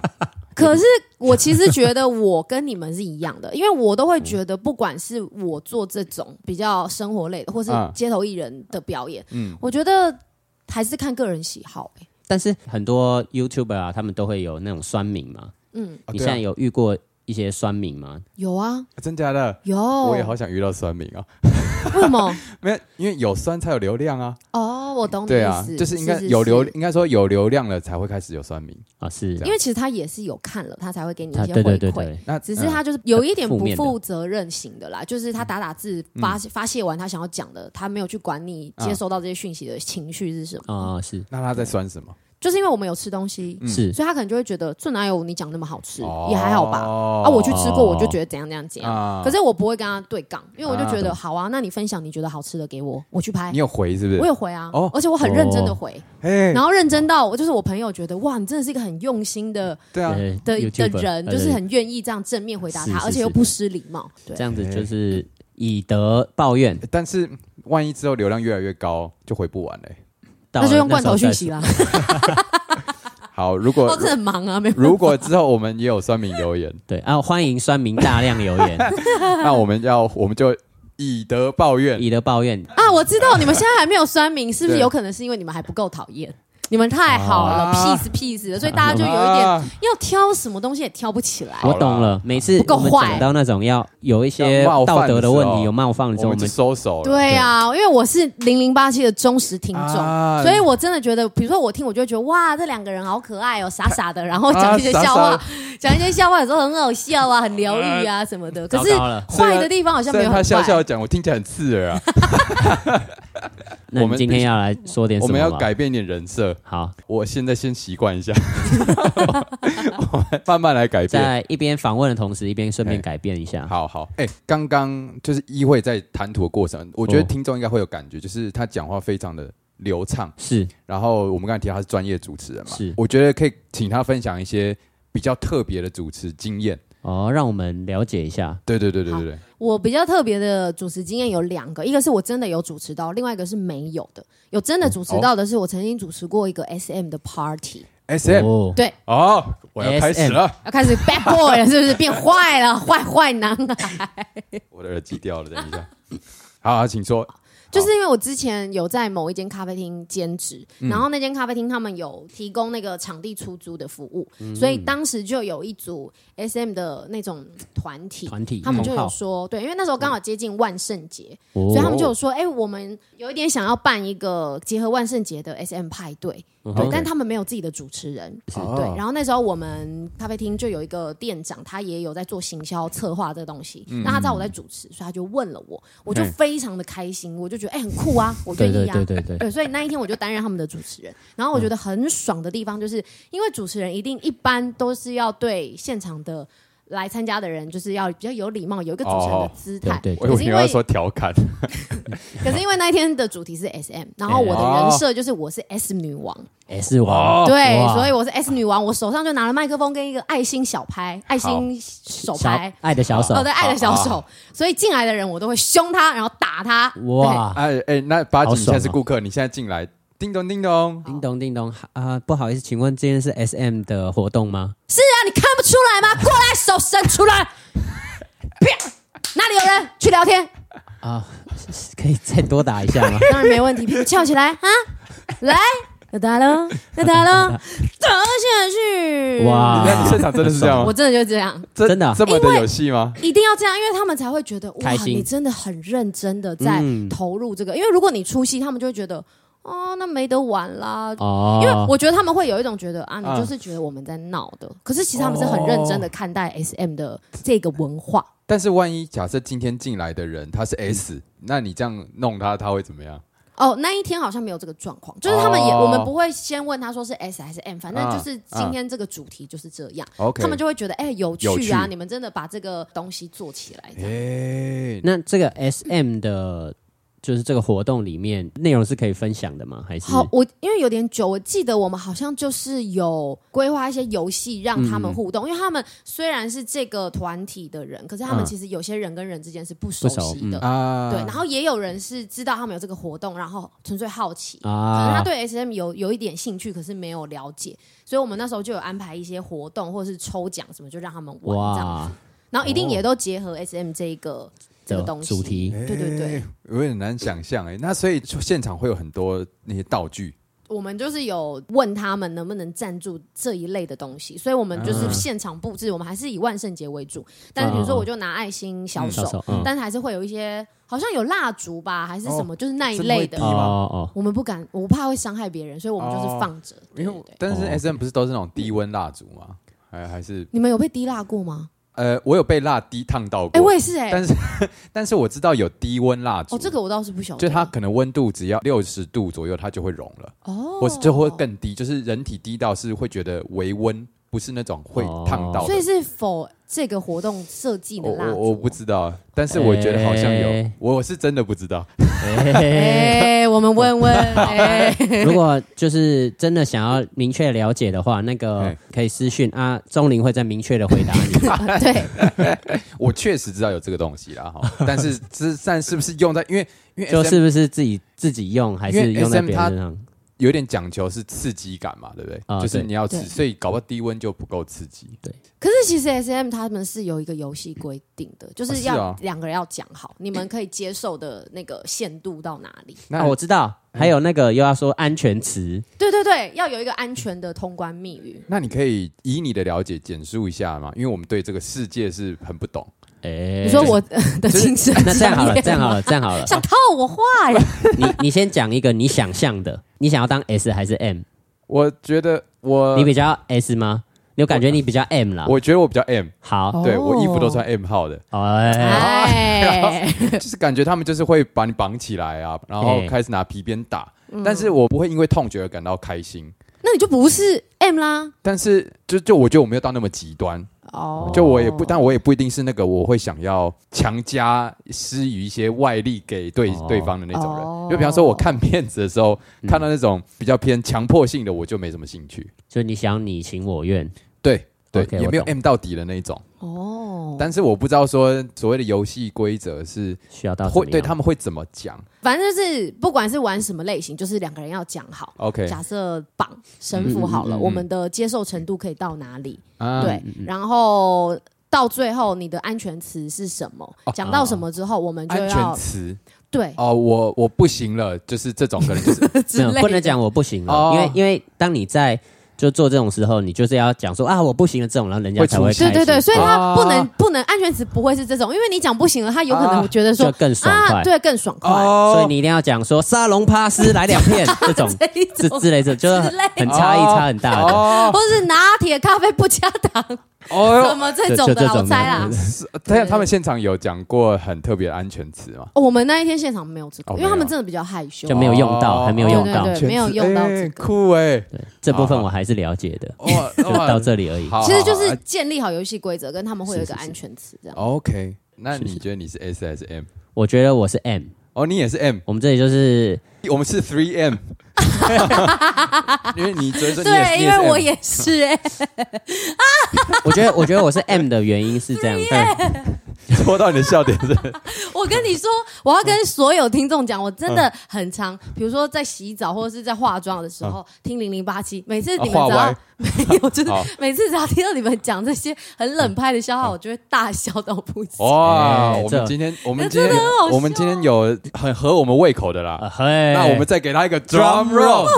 Speaker 3: 可是我其实觉得我跟你们是一样的，因为我都会觉得，不管是我做这种比较生活类的，或是
Speaker 2: 啊
Speaker 3: 街头艺人的表演，嗯，我觉得还是看个人喜好、欸。
Speaker 1: 但是很多 YouTuber 啊，他们都会有那种酸民嘛。
Speaker 2: 啊
Speaker 1: 你
Speaker 2: 对
Speaker 1: 现在
Speaker 2: 啊，
Speaker 1: 有遇过一些酸民吗？
Speaker 3: 有啊，
Speaker 2: 真假的？
Speaker 3: 有，
Speaker 2: 我也好想遇到酸民啊！
Speaker 3: 为什么？
Speaker 2: 没有，因为有酸才有流量啊。
Speaker 3: 哦，我懂你
Speaker 2: 对
Speaker 3: 的
Speaker 2: 啊
Speaker 3: 意思，，
Speaker 2: 就是应该有流，
Speaker 3: 是
Speaker 2: 应该说有流量了才会开始有酸民。
Speaker 1: 啊，是
Speaker 2: 这样
Speaker 3: 因为其实他也是有看了，他才会给你一
Speaker 1: 他
Speaker 3: 些
Speaker 1: 对
Speaker 3: 回
Speaker 1: 对
Speaker 3: 馈。
Speaker 1: 对对，
Speaker 2: 那
Speaker 3: 只是
Speaker 2: 嗯
Speaker 3: 他就是有一点
Speaker 1: 负
Speaker 3: 不
Speaker 1: 面的
Speaker 3: 负责任型的啦，就是他打打字发发泄完他想要讲的，他没有去管你接收到这些讯息的情绪是什么，
Speaker 1: 啊是
Speaker 2: 那他在酸什么？
Speaker 3: 就是因为我们有吃东西，
Speaker 2: 嗯
Speaker 1: 是
Speaker 3: 所以他可能就会觉得这哪有你讲那么好吃，
Speaker 2: 哦
Speaker 3: 也还好吧。啊，我去吃过，我就觉得怎样怎样怎样。
Speaker 2: 啊
Speaker 3: 可是我不会跟他对杠，因为我就觉得
Speaker 2: 啊
Speaker 3: 好啊，那你分享你觉得好吃的给我，我去拍
Speaker 2: 哦你。有回是不
Speaker 3: 我
Speaker 2: 是？
Speaker 3: 有回啊
Speaker 2: 哦，
Speaker 3: 而且我很认真的回，
Speaker 2: 哎，
Speaker 3: 然后认真到我就是我朋友觉得哇，你真的是一个很用心的
Speaker 2: 对啊，
Speaker 1: 呃
Speaker 3: 的的
Speaker 1: YouTuber，
Speaker 3: 人，
Speaker 1: 呃
Speaker 3: 就是很愿意这样正面回答
Speaker 1: 是
Speaker 3: 他，
Speaker 1: 是
Speaker 3: 而且又
Speaker 1: 是
Speaker 3: 不失礼貌。对
Speaker 1: 这，样
Speaker 2: 哎
Speaker 1: 子，就是以德报怨，
Speaker 2: 但是万一之后流量越来越高，就回不完嘞。
Speaker 1: 到
Speaker 3: 那就用
Speaker 1: 时候
Speaker 3: 罐头
Speaker 1: 再
Speaker 3: 讯息啦。
Speaker 2: 好，如果
Speaker 3: 哦，这很忙啊，没办法
Speaker 2: 如果之后我们也有酸民留 言，
Speaker 1: 对啊，欢迎酸民大量留言，
Speaker 2: 那我们要我们就以德报怨。
Speaker 1: 以德报怨，
Speaker 3: 啊，我 知道你们现在还没有酸民，是不是
Speaker 2: 对
Speaker 3: 有可能是因为你们还不够讨厌？你们太好了、
Speaker 2: 啊
Speaker 3: p e a c e peace 的，所以大家就有一 点、
Speaker 2: 啊
Speaker 3: 要挑什么东西也挑不起
Speaker 2: 哦
Speaker 3: 来。
Speaker 1: 我懂了。每次
Speaker 3: 啊不够
Speaker 1: 我们
Speaker 3: 坏
Speaker 1: 讲到那种要有一些
Speaker 2: 要冒犯
Speaker 1: 道德的问
Speaker 2: 的时
Speaker 1: 题，
Speaker 2: 候
Speaker 1: 有冒犯的时
Speaker 2: 我
Speaker 1: 候，我
Speaker 2: 们就
Speaker 1: 们
Speaker 2: 收手了。
Speaker 3: 对啊，因为我是零零八七的忠实听众，
Speaker 2: 啊
Speaker 3: 所以我真的觉得，比如说我听，我就会觉得哇，这两个人好可爱哦，傻傻的，然后讲一些
Speaker 2: 啊傻傻
Speaker 3: 笑话，讲一些笑话，有时候很好笑啊，很疗愈啊什么
Speaker 2: 嗯
Speaker 3: 的。可是
Speaker 1: 糟糕了
Speaker 3: 坏的地方好像
Speaker 2: 虽
Speaker 3: 没
Speaker 2: 然
Speaker 3: 有
Speaker 2: 他
Speaker 3: 很
Speaker 2: 笑
Speaker 3: 坏。
Speaker 2: 笑讲，我听起来很刺耳啊。
Speaker 1: 那
Speaker 2: 我
Speaker 1: 你
Speaker 2: 们
Speaker 1: 今天要来说点什
Speaker 2: 我
Speaker 1: 么吗？
Speaker 2: 们要改变一点人设，
Speaker 1: 好，
Speaker 2: 我现在先习惯一下， 我们慢慢来改变。
Speaker 1: 在一啊边访问的同时，一边顺便改变一下。
Speaker 2: 哎好好，哎、刚刚就是一会在谈吐的过程，我觉得
Speaker 1: 哦
Speaker 2: 听众应该会有感觉，就是他讲话非常的流畅。
Speaker 1: 是
Speaker 2: 然后我们刚才提到他是专业主持人嘛，
Speaker 1: 是
Speaker 2: 我觉得可以请他分享一些比较特别的主持经验。
Speaker 1: 哦，让我们了解一下。
Speaker 2: 对对对对对对，
Speaker 3: 我比较特别的主持经验有两个，一个是我真的有主持到，另外一个是没有的。有真的主持到的是我曾经主持过一个 S M 的 party，
Speaker 2: S M 哦
Speaker 1: 哦，
Speaker 3: 对，
Speaker 2: 我要开始了，
Speaker 3: 要开始 bad boy 了，是不是变坏了？坏坏男孩，
Speaker 2: 我的耳机掉了，等一下。 好，好请说。
Speaker 3: 就是因为我之前有在某一间咖啡厅兼职，
Speaker 1: 嗯
Speaker 3: 然后那间咖啡厅他们有提供那个场地出租的服务，
Speaker 1: 嗯
Speaker 3: 所以当时就有一组 S M 的那种团体，
Speaker 1: 团体
Speaker 3: 他们就
Speaker 1: 同
Speaker 3: 有
Speaker 1: 好
Speaker 3: 说，对，因为那时候刚好接近万圣节，所以他
Speaker 1: 哦，
Speaker 3: 们就有说，哎、我们有一点想要办一个结合万圣节的 S M 派对，
Speaker 1: 嗯
Speaker 3: 对
Speaker 1: 哼，
Speaker 3: 但他们没有自己的主持人，
Speaker 2: 哦
Speaker 3: 对。然后那时候我们咖啡厅就有一个店长，他也有在做行销策划这个东西，
Speaker 1: 嗯
Speaker 3: 那他知道我在主持，所以他就问了我，我就
Speaker 2: 嗯
Speaker 3: 非常的开心，我就觉得哎、很酷啊，我 愿
Speaker 1: 对对
Speaker 3: 意啊，
Speaker 1: 对对对，
Speaker 3: 对，所以那一天我就担任他们的主持人。然后我觉得很爽的地方，就是因为主持人一定一般都是要对现场的来参加的人，就是要比较有礼貌，有一个主持人的
Speaker 2: 哦
Speaker 3: 姿态。
Speaker 1: 对
Speaker 2: 我
Speaker 1: 对
Speaker 2: 以
Speaker 3: 可
Speaker 2: 为
Speaker 3: 是
Speaker 2: 你
Speaker 3: 因
Speaker 2: 要
Speaker 3: 为
Speaker 2: 说调侃，
Speaker 3: 可是因为那一天的主题是 S M，然后我的
Speaker 1: 哦
Speaker 3: 人设就是我是 S 女王，
Speaker 1: ，S
Speaker 2: 哦
Speaker 1: 王，
Speaker 3: 对，
Speaker 1: 哎哦哇
Speaker 3: 所以我是 S 女王，我手上就拿了麦克风跟一个爱心小拍，爱心手
Speaker 1: 小
Speaker 3: 拍，
Speaker 1: 爱的小手
Speaker 3: 哦，，对，爱的小
Speaker 2: 好
Speaker 3: 手，所以进来的人我都会凶他，然后打他，
Speaker 1: 哇，
Speaker 2: 哎哎，那八
Speaker 1: 好
Speaker 2: 级
Speaker 1: 爽
Speaker 2: 你现在是
Speaker 1: 哦
Speaker 2: 顾客，你现在进来，叮咚叮咚，
Speaker 1: 叮咚叮咚啊、不好意思，请问今天是 S M 的活动吗？
Speaker 3: 对是啊，你看不出来吗？过来，手伸出来， 啪，哪里有人？去聊天，
Speaker 1: 啊、是是可以再多打一下吗？
Speaker 3: 当然没问题，屁股翘起 来啊，来，要打了，要打了，打下去，
Speaker 1: 哇
Speaker 2: 那现场真的是这样吗
Speaker 3: 我？真的就这样。
Speaker 2: 啊真
Speaker 1: 真的啊
Speaker 2: 这么的有戏吗？
Speaker 3: 一定要这样，因为他们才会觉得哇
Speaker 1: 开，心
Speaker 3: 你真的很认真的在
Speaker 2: 嗯
Speaker 3: 投入这个。因为如果你出戏，他们就会觉得哦，那没得玩啦。
Speaker 1: 哦，
Speaker 3: 因为我觉得他们会有一种觉得啊，你
Speaker 2: 啊
Speaker 3: 就是觉得我们在闹的，可是其实他们是很认真的看待 S M 的这个文化。
Speaker 2: 但是万一假设今天进来的人他是 S，那你这样弄他，他会怎么样？
Speaker 3: 哦，那一天好像没有这个状况，就是他们也、
Speaker 2: 哦
Speaker 3: 我们不会先问他说是 S 还是 M，反正
Speaker 2: 啊
Speaker 3: 就是今天这个主题就是这样，
Speaker 2: OK
Speaker 3: 他们就会觉得哎、有趣
Speaker 2: 有
Speaker 3: 啊
Speaker 2: 趣
Speaker 3: 你们真的把这个东西做起来这样。
Speaker 2: 哎，
Speaker 1: 那这个 S M 的，就是这个活动里面内容是可以分享的吗？还是
Speaker 3: 好，我因为有点久，我记得我们好像就是有规划一些游戏让他们互动，因为他们虽然是这个团体的人，可是他们
Speaker 1: 嗯
Speaker 3: 其实有些人跟人之间是不熟
Speaker 1: 不熟
Speaker 3: 悉的，
Speaker 2: 啊
Speaker 3: 对，然后也有人是知道他们有这个活动，然后纯粹好奇。可能他
Speaker 1: 啊？
Speaker 3: 对 S M 有有一点兴趣，可是没有了解，所以我们那时候就有安排一些活动或者是抽奖什么，就让他们玩这样。
Speaker 1: 哇，
Speaker 3: 然后一定也都结合 S M 这一个这个
Speaker 1: 的
Speaker 3: 东西
Speaker 1: 主题
Speaker 3: 对对对
Speaker 2: 哎，有点难想象哎。那所以就现场会有很多那些道具
Speaker 3: 我们就是有问他们能不能赞助这一类的东西，所以我们就是
Speaker 2: 嗯
Speaker 3: 现场布置，我们还是以万圣节为主。但比如说，我就拿爱心小手，
Speaker 1: 嗯小手嗯
Speaker 3: 但是还是会有一些，好像有蜡烛吧，还是
Speaker 2: 哦
Speaker 3: 什么，就是那一
Speaker 2: 真的会
Speaker 3: 类的
Speaker 2: 滴。吗
Speaker 1: 哦
Speaker 3: 我们不敢，我怕会伤害别人，所以我们就是放着。对
Speaker 2: 因
Speaker 3: 对
Speaker 2: 为
Speaker 3: 对，
Speaker 2: 但是
Speaker 1: 哦
Speaker 2: S M 不是都是那种低温蜡烛吗？还还是
Speaker 3: 你们有被滴蜡过吗？
Speaker 2: 呃，我有被蜡滴烫到
Speaker 3: 哎、
Speaker 2: 过，
Speaker 3: 我也是哎、
Speaker 2: 但是但是我知道有低温蜡烛，
Speaker 3: 哦，这个我倒是不晓得。
Speaker 2: 就它可能温度只要六十度左右，它就会融了，
Speaker 3: 哦，
Speaker 2: 或是就会更低，就是人体低到是会觉得微温，不是那种会
Speaker 1: 哦
Speaker 2: 烫到
Speaker 3: 所以
Speaker 2: 的。
Speaker 3: 是否这个活动设计的
Speaker 2: 我
Speaker 3: 蜡烛？
Speaker 2: 我我不知道，但是我觉得好像有
Speaker 1: 哎，
Speaker 2: 我是真的不知道。
Speaker 3: 哎、 我们问问，哎、
Speaker 1: 哦，如果就是真的想要明确了解的话，那个
Speaker 2: 哎
Speaker 1: 可以私讯啊，钟林会再明确的回答你。
Speaker 3: 对，
Speaker 2: 我确实知道有这个东西 啦，哈，但是是但是不是用在因为因为
Speaker 1: 就
Speaker 2: SM
Speaker 1: 是不是自己自己用，还
Speaker 2: 因为
Speaker 1: 是用在
Speaker 2: SM
Speaker 1: 别人身上？
Speaker 2: 有点讲求是刺激感嘛，对不对？
Speaker 1: 啊
Speaker 2: 就是
Speaker 1: 对
Speaker 2: 你要刺，
Speaker 3: 对
Speaker 2: 所以搞不好低温就不够刺激。
Speaker 3: 可是其实 S M 他们是有一个游戏规定的，就是
Speaker 2: 哦是
Speaker 3: 要
Speaker 2: 哦
Speaker 3: 两个人要讲好，你们可以接受的那个限度到哪里？
Speaker 2: 那嗯
Speaker 1: 啊，我知道，还有那个又要说安全词，
Speaker 3: 对对对，要有一个安全的通关密语。
Speaker 2: 那你可以以你的了解简述一下吗？因为我们对这个世界是很不懂。
Speaker 1: 哎
Speaker 3: 你说我的精神
Speaker 1: 那这样好
Speaker 3: 专
Speaker 1: 了，
Speaker 3: 业
Speaker 1: 这样好了，这样好了，
Speaker 3: 想套我话呀？
Speaker 1: 你你先讲一个你想象的，你想要当 S 还是 M？
Speaker 2: 我觉得我
Speaker 1: 你比较 S 吗？你有感觉你比较 M 啦？
Speaker 2: 呃我觉得我比较 M，
Speaker 1: 好，
Speaker 3: 哦
Speaker 2: 对我衣服都穿 M 号的，
Speaker 1: 哎，
Speaker 3: 哎，
Speaker 2: 就是感觉他们就是会把你绑起来啊，然后
Speaker 1: 哎
Speaker 2: 开始拿皮鞭打。但是我不会因为痛觉而感到开心，
Speaker 3: 那你就不是 M 啦。
Speaker 2: 但是就就我觉得我没有到那么极端，
Speaker 3: 哦，
Speaker 2: 就我也不，但我也不一定是那个我会想要强加施予一些外力给对、
Speaker 1: 哦
Speaker 2: 对方的那种人。
Speaker 3: 哦
Speaker 2: 就比方说，我看片子的时候，看到那种比较偏强迫性的，我就没什么兴趣。
Speaker 1: 就是你想你情我愿，
Speaker 2: 对对
Speaker 1: OK，
Speaker 2: 也没有
Speaker 1: 我懂
Speaker 2: M 到底的那一种。
Speaker 3: 哦，
Speaker 2: 但是我不知道说所谓的游戏规则是
Speaker 1: 需要到
Speaker 2: 会对他
Speaker 1: 们
Speaker 2: 们会怎么讲。
Speaker 3: 反正就是不管是玩什么类型，就是两个人要讲好。
Speaker 2: OK，
Speaker 3: 假设绑神符好
Speaker 2: 嗯嗯
Speaker 3: 了，
Speaker 2: 嗯嗯
Speaker 3: 我们的接受程度可以到哪里？
Speaker 2: 啊
Speaker 3: 对，然后到最后你的安全词是什么？讲到什么之后，我们就
Speaker 2: 嗯哦安全
Speaker 3: 要
Speaker 2: 词
Speaker 3: 对
Speaker 2: 哦，我我不行了，就是这种可能 就是
Speaker 3: 之类的
Speaker 1: 不能讲我不行了，
Speaker 2: 哦
Speaker 1: 因为因为当你在就做这种时候，你就是要讲说啊我不行了这种，然后人家
Speaker 2: 会
Speaker 1: 才会
Speaker 2: 出现
Speaker 1: 开
Speaker 3: 对
Speaker 1: 心
Speaker 3: 对对，所以他
Speaker 2: 哦
Speaker 3: 不能不能安全词不会是这种，因为你讲不行了，他有可能
Speaker 2: 啊
Speaker 3: 觉得说
Speaker 1: 哦就更爽快
Speaker 3: 啊，对，更爽快。
Speaker 1: 所以
Speaker 2: 哦，
Speaker 1: 你一定要讲说沙龙帕斯来两 片这种
Speaker 3: 这一
Speaker 1: 之
Speaker 3: 种
Speaker 1: 之类的，就是
Speaker 3: 之类
Speaker 1: 很差异差很大的。
Speaker 2: 哦
Speaker 3: 或是拿铁咖啡不加糖，什
Speaker 2: 哦
Speaker 3: 么这种
Speaker 1: 就就
Speaker 3: 的，
Speaker 1: 这种的
Speaker 3: 我猜啦
Speaker 1: 对。
Speaker 2: 哟，但他们现场有讲过很特别的安全词吗？
Speaker 3: 哦我们那一天现场没有这个，
Speaker 2: 哦
Speaker 3: 因为他们
Speaker 2: 没有
Speaker 3: 真的比较害羞啊
Speaker 1: 就。没有用到
Speaker 2: 哦
Speaker 1: 还没有用到
Speaker 3: 对对对没有用到这个
Speaker 2: 哎酷哎，
Speaker 1: 这部分我还是了解的，
Speaker 2: 哇
Speaker 1: 就到这里而已。
Speaker 2: 哦好啊
Speaker 3: 其实就
Speaker 2: 好
Speaker 3: 是
Speaker 2: 好
Speaker 3: 建立好游戏规则，跟他们会有一
Speaker 1: 是
Speaker 3: 个
Speaker 1: 是是
Speaker 3: 安全词
Speaker 2: 哦
Speaker 3: 这样。
Speaker 2: OK，那
Speaker 1: 是
Speaker 2: 你觉得你是 S 还是 M？
Speaker 1: 我觉得我是 M，
Speaker 2: 哦，你也是 M，
Speaker 1: 我们这里 就是
Speaker 2: 我们是 Three M，因为你觉得你也是
Speaker 3: 对，
Speaker 2: 你
Speaker 3: 因
Speaker 2: 也是
Speaker 3: 为
Speaker 2: M
Speaker 3: 我也是哎，
Speaker 1: 我觉得，我觉得我是 M 的原因是这样，对，
Speaker 2: 戳到你的笑点是
Speaker 3: 我跟你说，我要跟所有听众讲，我真
Speaker 2: 嗯
Speaker 3: 的很常，比如说在洗澡或者是在化妆的时候，听零零八七，每次你们只
Speaker 2: 嗯啊化
Speaker 3: 要
Speaker 2: 歪
Speaker 3: 没有，就是
Speaker 2: 好嗯
Speaker 3: 每次只要听到你们讲这些很冷派的笑话，我就会大笑到不行。
Speaker 2: 哇！
Speaker 1: 哎
Speaker 2: 我
Speaker 1: 这
Speaker 2: 们今天我们
Speaker 3: 哎
Speaker 2: 今天
Speaker 3: 真的很好笑
Speaker 2: 我们今天有很合我们胃口的啦，
Speaker 1: 嘿，
Speaker 2: 那我们再给他一个哎 drum roll。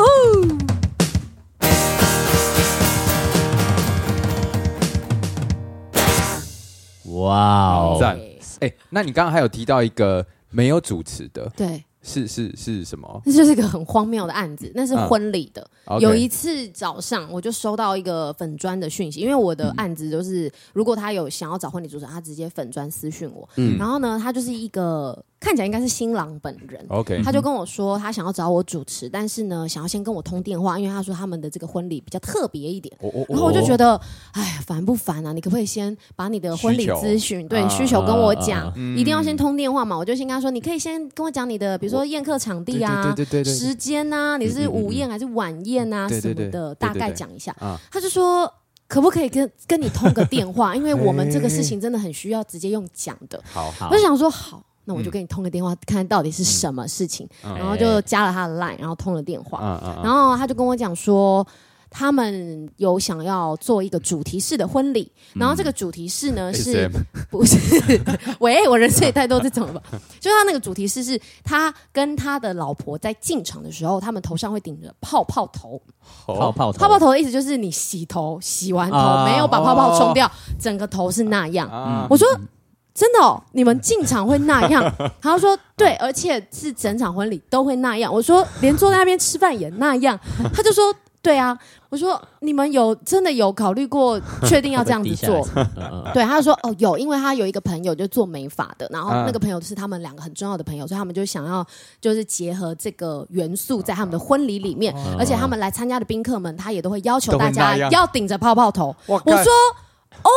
Speaker 1: 哇哦，
Speaker 2: 赞哎，那你刚刚还有提到一个没有主持的，
Speaker 3: 对，
Speaker 2: 是是是什么？
Speaker 3: 那就是一个很荒谬的案子，那是婚礼的。
Speaker 2: 嗯 OK
Speaker 3: 有一次早上，我就收到一个粉砖的讯息，因为我的案子就是，如果他有想要找婚礼主持人，他直接粉砖私讯我。
Speaker 2: 嗯
Speaker 3: 然后呢，他就是一个看起来应该是新郎本人。
Speaker 2: OK，
Speaker 3: 他就跟我说，他想要找我主持，但是呢，想要先跟我通电话，因为他说他们的这个婚礼比较特别一点。
Speaker 2: 我我
Speaker 3: 然后我就觉得，哎，烦不烦啊？你可不可以先把你的婚礼
Speaker 2: 需求
Speaker 3: 咨询对
Speaker 2: 啊
Speaker 3: 需求跟我讲
Speaker 1: 啊，
Speaker 3: 一定要先通电话嘛？我就先跟他说，你可以先跟我讲你的，比如说宴客场地啊，
Speaker 2: 对对对对对嗯对
Speaker 3: 时间啊，你是午宴还是晚宴啊
Speaker 2: 对
Speaker 3: 什
Speaker 2: 对
Speaker 3: 么
Speaker 2: 对
Speaker 3: 的，
Speaker 2: 对
Speaker 3: 大概
Speaker 2: 对对
Speaker 3: 讲一下
Speaker 2: 啊。
Speaker 3: 他就说。可不可以跟跟你通个电话？ 因为我们这个事情真的很需要直接用讲的。
Speaker 2: 好
Speaker 1: 好
Speaker 3: 我就想说好，那我就跟你通个电话，看到底是什么事情。然后就加了他的 line，然后通了电话。
Speaker 2: 嗯嗯嗯
Speaker 3: 然后他就跟我讲说，他们有想要做一个主题式的婚礼，然后这个主题式呢是
Speaker 2: SM
Speaker 3: 不是？ 喂，我人生也太多这种了吧？就是他那个主题式是他跟他的老婆在进场的时候，他们头上会顶着泡泡头。
Speaker 1: 泡泡头，
Speaker 3: 泡泡头的意思就是你洗头，洗完头、
Speaker 1: 啊
Speaker 3: 没有把泡泡冲掉，整个头是那样。
Speaker 2: 啊，
Speaker 3: 我说。真的哦，你们进场会那样？他说对，而且是整场婚礼都会那样。我说连坐在那边吃饭也那样，他就说对啊。我说你们有真的有考虑过确定要这样子 做？
Speaker 1: 嗯嗯嗯
Speaker 3: 对，他就说哦有，因为他有一个朋友就做美发的，然后
Speaker 2: 嗯
Speaker 3: 那个朋友是他们两个很重要的朋友，所以他们就想要就是结合这个元素在他们的婚礼里面，而且他们来参加的宾客们，他也都会要
Speaker 2: 嗯
Speaker 3: 求
Speaker 2: 都会
Speaker 3: 大家
Speaker 2: 那样
Speaker 3: 要顶着泡泡头。
Speaker 2: 我
Speaker 3: 我
Speaker 2: 干
Speaker 3: 说。 哦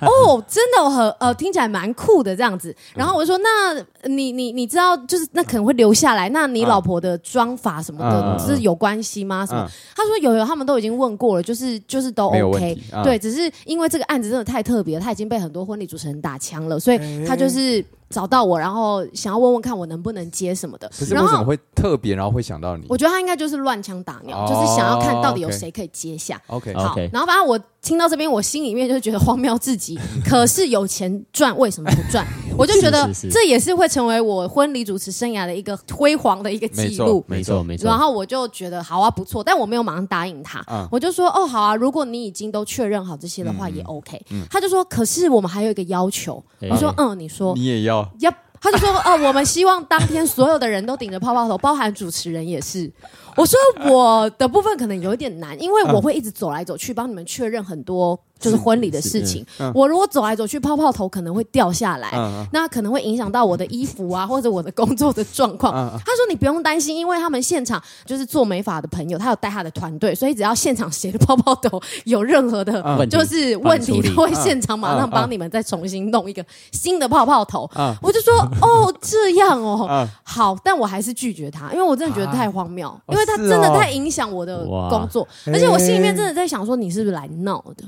Speaker 3: 哦，真的很呃，听起来蛮酷的这样
Speaker 2: 嗯
Speaker 3: 子。然后我说，那你你你知道，就是那可能会留下来。那你
Speaker 2: 嗯
Speaker 3: 老婆的妆法什么
Speaker 2: 嗯嗯
Speaker 3: 的，
Speaker 2: 嗯
Speaker 3: 是有关系吗？什么
Speaker 2: 嗯？
Speaker 3: 他说有有，他们都已经问过了，就是就是都
Speaker 2: 没有
Speaker 3: 哦 OK
Speaker 2: 问题。啊
Speaker 3: 对，只是因为这个案子真的太特别了，他已经被很多婚礼主持人打枪了，所
Speaker 2: 嗯
Speaker 3: 以他就是找到我，然后想要问问看我能不能接什么的
Speaker 2: 可。是为
Speaker 3: 然
Speaker 2: 什么
Speaker 3: 后
Speaker 2: 会特别，然后会想到你
Speaker 3: 我觉得他应该就是乱枪打鸟，
Speaker 2: 哦
Speaker 3: 就是想要看到底有
Speaker 2: OK
Speaker 3: 谁可以接下。
Speaker 2: ？OK，
Speaker 1: 好
Speaker 3: 好，然后反正我听到这边，我心里面就觉得荒谬至极。可是有钱赚，为什么不赚？我就觉得
Speaker 1: 是是是
Speaker 3: 这也是会成为我婚礼主持生涯的一个辉煌的一个
Speaker 2: 没
Speaker 3: 记
Speaker 2: 错
Speaker 3: 录。
Speaker 1: 没错没错
Speaker 3: 然。后我就觉得好啊，不错，但我没有马上答应他，
Speaker 2: 嗯
Speaker 3: 我就说哦好啊，如果你已经都确认好这些的话
Speaker 2: 嗯嗯
Speaker 3: 也 OK。他就说，可是我们还有一个要求。我说
Speaker 1: 哎
Speaker 3: 嗯，你说
Speaker 2: 你也要
Speaker 3: 呀。他就说：“哦，我们希望当天所有的人都顶着泡泡头，包含主持人也是。”我说：“我的部分可能有一点难，因为我会一直走来走去，帮你们确认很多就是婚礼的事情。我如果走来走去，泡泡头可能会掉下来，
Speaker 2: 嗯
Speaker 3: 那可能会影响到我的衣服啊，或者我的工作的状况。
Speaker 2: 嗯嗯
Speaker 3: 他说你不用担心，因为他们现场就是做美发的朋友，他有带他的团队，所以只要现场谁的泡泡头有任何的、
Speaker 1: 嗯
Speaker 3: 就是问题，
Speaker 1: 帮你处理
Speaker 3: 他会现场马上帮你们再重新弄一个新的泡泡头。
Speaker 2: 嗯
Speaker 3: 我 就说哦这样哦，
Speaker 2: 嗯
Speaker 3: 好，但我还是拒绝他，因为我真的觉得太荒谬，因为他
Speaker 2: 是
Speaker 3: 真
Speaker 2: 啊哦
Speaker 3: 的太影响我的
Speaker 1: 哇
Speaker 3: 工作，而且我心里面真的在想说你是不是来闹 的？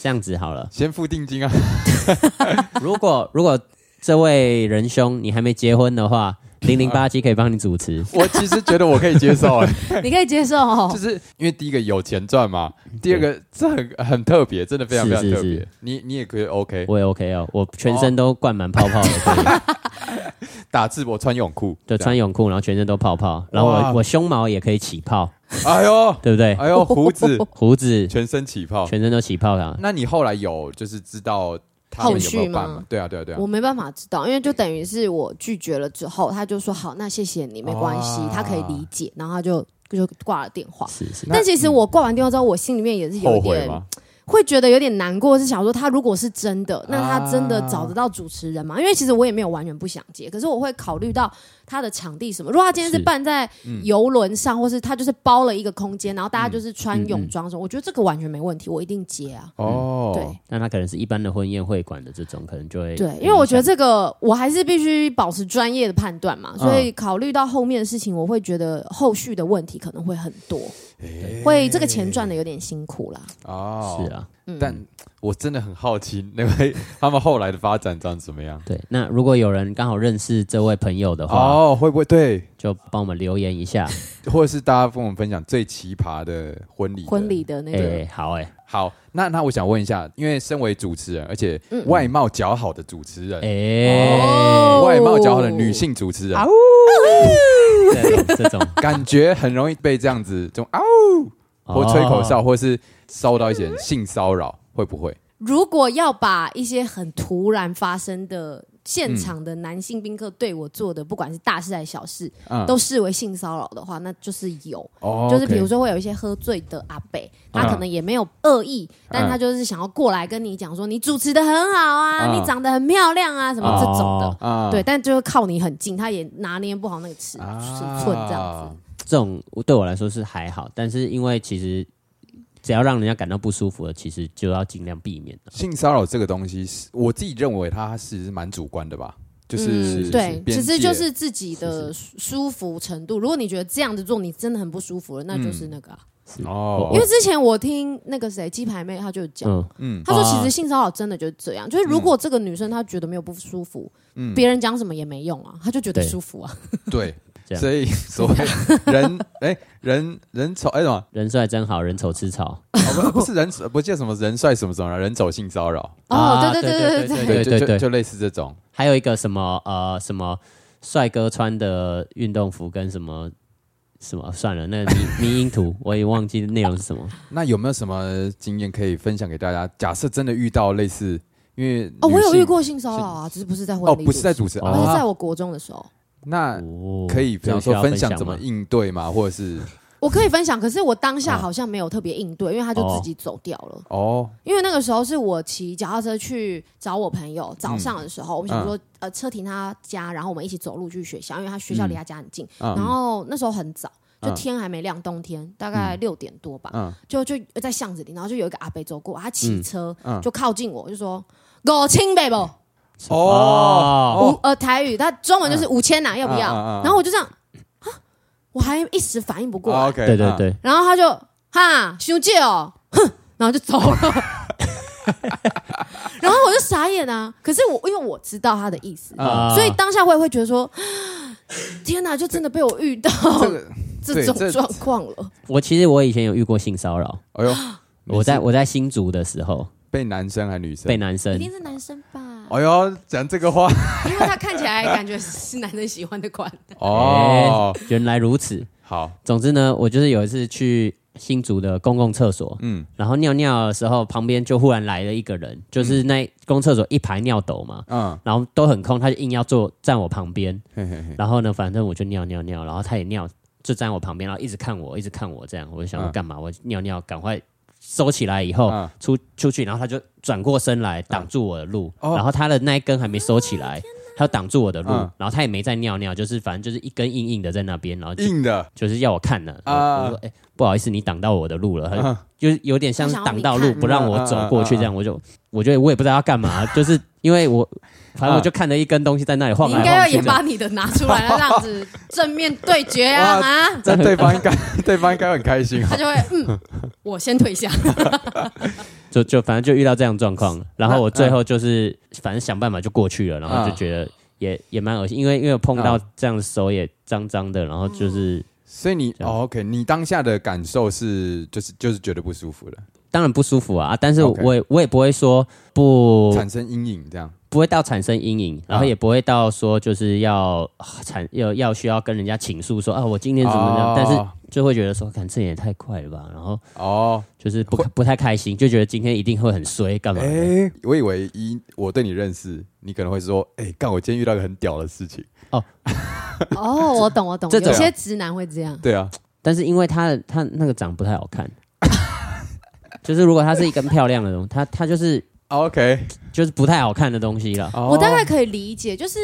Speaker 1: 这样子好了。
Speaker 2: 先付定金啊？
Speaker 1: 如果如果这位仁兄你还没结婚的话，零零八七可以帮你主 持。
Speaker 2: 我其实觉得我可以接受，哎
Speaker 3: 你可以接受哦
Speaker 2: 就。是因为第一个有钱赚嘛，第二个这很很特别，真的非常
Speaker 1: 是
Speaker 2: 非常
Speaker 1: 是
Speaker 2: 特别
Speaker 1: 是。
Speaker 2: 你你也可以 OK，
Speaker 1: 我也 OK 哦，我全身都灌满泡泡的，可以
Speaker 2: 打字我穿泳裤，
Speaker 1: 就穿泳裤，然后全身都泡泡，然后
Speaker 2: 哇
Speaker 1: 我我胸毛也可以起泡，
Speaker 2: 这样。哎呦
Speaker 1: 对不对？
Speaker 2: 哎呦，胡子
Speaker 1: 胡子
Speaker 2: 全身起泡。
Speaker 1: 全身都起泡了，
Speaker 2: 那你后来有就是知道他们有没
Speaker 3: 后
Speaker 2: 有
Speaker 3: 续
Speaker 2: 办
Speaker 3: 吗
Speaker 2: 吗？对啊对啊对啊
Speaker 3: 我。没办法知道，因为就等于是我拒绝了之后，他就说好，那谢谢你，没关系，
Speaker 2: 哇
Speaker 3: 他可以理解，然后他就就挂了电话。
Speaker 1: 是是
Speaker 2: 那嗯
Speaker 3: 但其实我挂完电话之后，我心里面也是有
Speaker 2: 后悔
Speaker 3: 点
Speaker 2: 吗？
Speaker 3: 会觉得有点难过，是想说他如果是真的，那他真的
Speaker 2: 啊
Speaker 3: 找得到主持人吗？因为其实我也没有完全不想接，可是我会考虑到他的场地什么。如果他今天是
Speaker 1: 是
Speaker 3: 办在
Speaker 2: 嗯
Speaker 3: 游轮上，或是他就是包了一个空间，然后大家就是穿
Speaker 1: 嗯嗯
Speaker 3: 泳装什么，我觉得这个完全没问题，我一定接啊。
Speaker 2: 哦，
Speaker 3: 对，
Speaker 1: 那他可能是一般的婚宴会馆的这种，可能就会
Speaker 3: 对，因为我觉得这个我还是必须保持专业的判断嘛，
Speaker 2: 嗯
Speaker 3: 所以考虑到后面的事情，我会觉得后续的问题可能会很多，
Speaker 2: 哎
Speaker 3: 会这个钱赚的有点辛苦啦。
Speaker 2: 哦，
Speaker 1: 是。啊。
Speaker 3: 嗯
Speaker 2: 但我真的很好奇，那位他们后来的发展长怎么样？
Speaker 1: 对，那如果有人刚好认识这位朋友的话，
Speaker 2: 哦，会不会对？
Speaker 1: 就帮我们留言一下。
Speaker 2: 或者是大家跟我们分享最奇葩的婚礼？
Speaker 3: 婚礼？的那
Speaker 1: 哎、
Speaker 3: 个，
Speaker 1: 好哎、
Speaker 2: 好，那那我想问一下，因为身为主持人，而且
Speaker 3: 嗯
Speaker 2: 外貌较好的主持人，
Speaker 1: 哎、
Speaker 3: 哦啊
Speaker 2: 外貌较好的女性主持人，
Speaker 1: 这种这种，
Speaker 2: 感觉很容易被这样子这种啊呜，或吹
Speaker 1: 哦
Speaker 2: 口哨，或是受到一些性骚扰，会不会？
Speaker 3: 如果要把一些很突然发生的现场的男性宾客对我做的，不管是大事还是小事，
Speaker 2: 嗯，
Speaker 3: 都视为性骚扰的话，那就是有。
Speaker 2: 哦
Speaker 3: 就是比如
Speaker 2: 说，
Speaker 3: 说会有一些喝醉的阿北，
Speaker 2: 啊
Speaker 3: 他可能也没有恶意，
Speaker 2: 嗯
Speaker 3: 但他就是想要过来跟你讲说你主持的很好啊，
Speaker 2: 啊
Speaker 3: 你长得很漂亮啊，什么这种的。
Speaker 1: 哦
Speaker 2: 啊
Speaker 3: 对，但就是靠你很近，他也拿捏不好那个尺、尺寸这样子。
Speaker 1: 这种对我来说是还好，但是因为其实只要让人家感到不舒服的，其实就要尽量避免了。
Speaker 2: 性骚扰这个东西是，我自己认为它是蛮主观的吧，就是
Speaker 3: 嗯，对，
Speaker 2: 边
Speaker 3: 其实
Speaker 2: 界
Speaker 3: 就是自己的舒舒服程度。如果你觉得这样子做你真的很不舒服了，那
Speaker 2: 嗯
Speaker 3: 就是那个啊、
Speaker 2: 哦，
Speaker 3: 因为之前我听那个谁鸡排妹，她就讲，
Speaker 1: 嗯，
Speaker 2: 嗯
Speaker 3: 她说其实性骚扰真的就是这样，就是如果
Speaker 2: 嗯
Speaker 3: 这个女生她觉得没有不舒服，别人讲什么也没用啊，她就觉得
Speaker 1: 对
Speaker 3: 舒服啊。
Speaker 2: 对，
Speaker 1: 这样
Speaker 2: 所以所谓人哎、人人丑哎、什么？
Speaker 1: 人帅真好人丑吃草。
Speaker 2: 哦、不不是人丑不记得什么人帅什么什么了人丑性骚扰，
Speaker 3: 哦，
Speaker 1: 啊
Speaker 3: 对对对对对
Speaker 1: 对
Speaker 3: 对，
Speaker 2: 就就
Speaker 1: 对
Speaker 2: 就类似这种。
Speaker 1: 还有一个什么呃什么帅哥穿的运动服跟什么什么算了，那个迷迷因图我也忘记内容是什么。
Speaker 2: 那有没有什么经验可以分享给大家？假设真的遇到类似，因为
Speaker 3: 哦，我
Speaker 2: 女
Speaker 3: 有
Speaker 2: 性
Speaker 3: 遇过性骚扰啊，只是不是在婚
Speaker 2: 哦，
Speaker 3: 礼，
Speaker 2: 不是在，主持，
Speaker 1: 哦
Speaker 3: 而是在
Speaker 2: 啊、
Speaker 3: 我国中的时候，
Speaker 2: 那
Speaker 1: 哦
Speaker 2: 啊可以比
Speaker 1: 这
Speaker 2: 方
Speaker 1: 个需
Speaker 2: 说
Speaker 1: 要
Speaker 2: 分
Speaker 1: 分
Speaker 2: 享
Speaker 1: 吗
Speaker 2: 怎么应对嘛，或者是
Speaker 3: 我可以分享，可是我当下
Speaker 2: 啊
Speaker 1: 哦
Speaker 3: 好像没有特别应对，因为他就
Speaker 1: 哦
Speaker 3: 自己走掉了。
Speaker 2: 哦，
Speaker 3: 因为那个时候是我骑脚踏车去找我朋友，早上的时
Speaker 2: 嗯
Speaker 3: 候，我们想说，呃，车停他家，然后我们一起走路去学校，因为他学校离他家很近。
Speaker 2: 嗯
Speaker 3: 然后那时候很早，就
Speaker 2: 嗯
Speaker 3: 天还没亮，冬天大概六点多吧，
Speaker 2: 嗯
Speaker 3: 就就在巷子里，然后就有一个阿伯走过，他骑车、
Speaker 2: 嗯
Speaker 3: 就靠近我，就说五千北不？
Speaker 2: 哦
Speaker 3: 五呃台语，他中文就是五千呐，要不要？
Speaker 2: 嗯嗯嗯嗯
Speaker 3: 然后我就这样啊，我还一时反应不过来，
Speaker 2: ，OK，
Speaker 1: 对对
Speaker 2: 嗯，
Speaker 1: 对，
Speaker 3: 然后他就哈修借哦，哼，然后就走 了。然后我就傻眼啊！可是我因为我知道他的意思，
Speaker 2: 啊
Speaker 3: 所以当下我也会觉得说，天哪，就真的被我遇到
Speaker 2: 这个，
Speaker 3: 这种
Speaker 2: 这
Speaker 3: 状况了。
Speaker 1: 我其实我以前有遇过性骚扰，
Speaker 2: 哎呦，
Speaker 1: 我在我在新竹的时候
Speaker 2: 被男生还是女生
Speaker 1: 被？男
Speaker 3: 一
Speaker 1: 生
Speaker 3: 定是男生吧？
Speaker 2: 哎呦，讲这 个话
Speaker 3: 因为他看起来感觉是男生喜欢的款。
Speaker 1: 哎
Speaker 2: 哦，
Speaker 1: 原来如此。
Speaker 2: 好，
Speaker 1: 总之呢，我就是有一次去新竹的公共厕所，
Speaker 2: 嗯
Speaker 1: 嗯，然后尿尿的时候，旁边就忽然来了一个人，就是那公厕所一排尿斗嘛，
Speaker 2: 嗯，
Speaker 1: 然后都很空，他就硬要坐站我旁边，
Speaker 2: 嘿嘿嘿，
Speaker 1: 然后呢，反正我就尿尿尿，然后他也尿，就站我旁边，然后一直看我，一直看我这样，我就想说
Speaker 2: 嗯
Speaker 1: 干嘛？我尿尿，赶快收起来以后、
Speaker 2: 嗯
Speaker 1: 出出去，然后他就转过身来挡住我的路，
Speaker 2: 哦
Speaker 1: 然后他的那一根还没收起来，他就挡住我的路，
Speaker 2: 嗯
Speaker 1: 然后他也没再尿尿，就是反正就是一根硬硬的在那边，然后就
Speaker 2: 硬的，
Speaker 1: 就是要我看了，我
Speaker 2: 啊
Speaker 1: 我说哎、不好意思，你挡到我的路了，
Speaker 2: 嗯
Speaker 1: 就是有点像是挡到路
Speaker 3: 他想要你看啊
Speaker 1: 不让我走过
Speaker 2: 啊
Speaker 1: 去这样，我就我觉得我也不知道要干 嘛，就是因为我反正
Speaker 2: 啊
Speaker 1: 我就看了一根东西在那里晃
Speaker 3: 你
Speaker 1: 来
Speaker 3: 应该要
Speaker 1: 晃去
Speaker 3: 也
Speaker 1: 这样，
Speaker 3: 把你的拿出来，这样子正面对决 啊
Speaker 2: 哇
Speaker 3: 啊！
Speaker 2: 但对方应该 对方应该很开心
Speaker 3: 他
Speaker 2: 哦。
Speaker 3: 就会嗯，我先退下。
Speaker 1: 就就反正就遇到这样的状况，
Speaker 2: 啊
Speaker 1: 然后我最后就是反正想办法就过去了，然后
Speaker 2: 嗯
Speaker 1: 就觉得也也蛮恶心，因为因为碰到这样的手也脏脏的，然后
Speaker 3: 嗯
Speaker 1: 就是啊
Speaker 2: 所以你
Speaker 1: 这样
Speaker 2: 哦，OK，你当下的感受是就是就是觉得不舒服了，
Speaker 1: 当然不舒服啊，啊但是
Speaker 2: OK
Speaker 1: 我也我也不会说不
Speaker 2: 产生阴影这样。
Speaker 1: 不会到产生阴
Speaker 2: 啊
Speaker 1: 影，然后也不会到说就是要啊产要要需要跟人家倾诉说啊，我今天怎么样，
Speaker 2: 哦
Speaker 1: 但是就会觉得说，看这也太快了吧，然后
Speaker 2: 哦，
Speaker 1: 就是不不太开心，就觉得今天一定会很衰，干嘛的？
Speaker 2: 哎，我以为一我对你认识，你可能会说，哎，干，我今天遇到一个很屌的事情。
Speaker 3: 哦，我懂，我懂，
Speaker 1: 这种
Speaker 3: 有些直男会这样。
Speaker 2: 对啊，
Speaker 1: 但是因为他他那个长不太好看， 就是如果他是一根漂亮的东西，他他就是
Speaker 2: 哦 OK，
Speaker 1: 就是不太好看的东西了。
Speaker 2: 哦
Speaker 3: 我大概可以理解，就是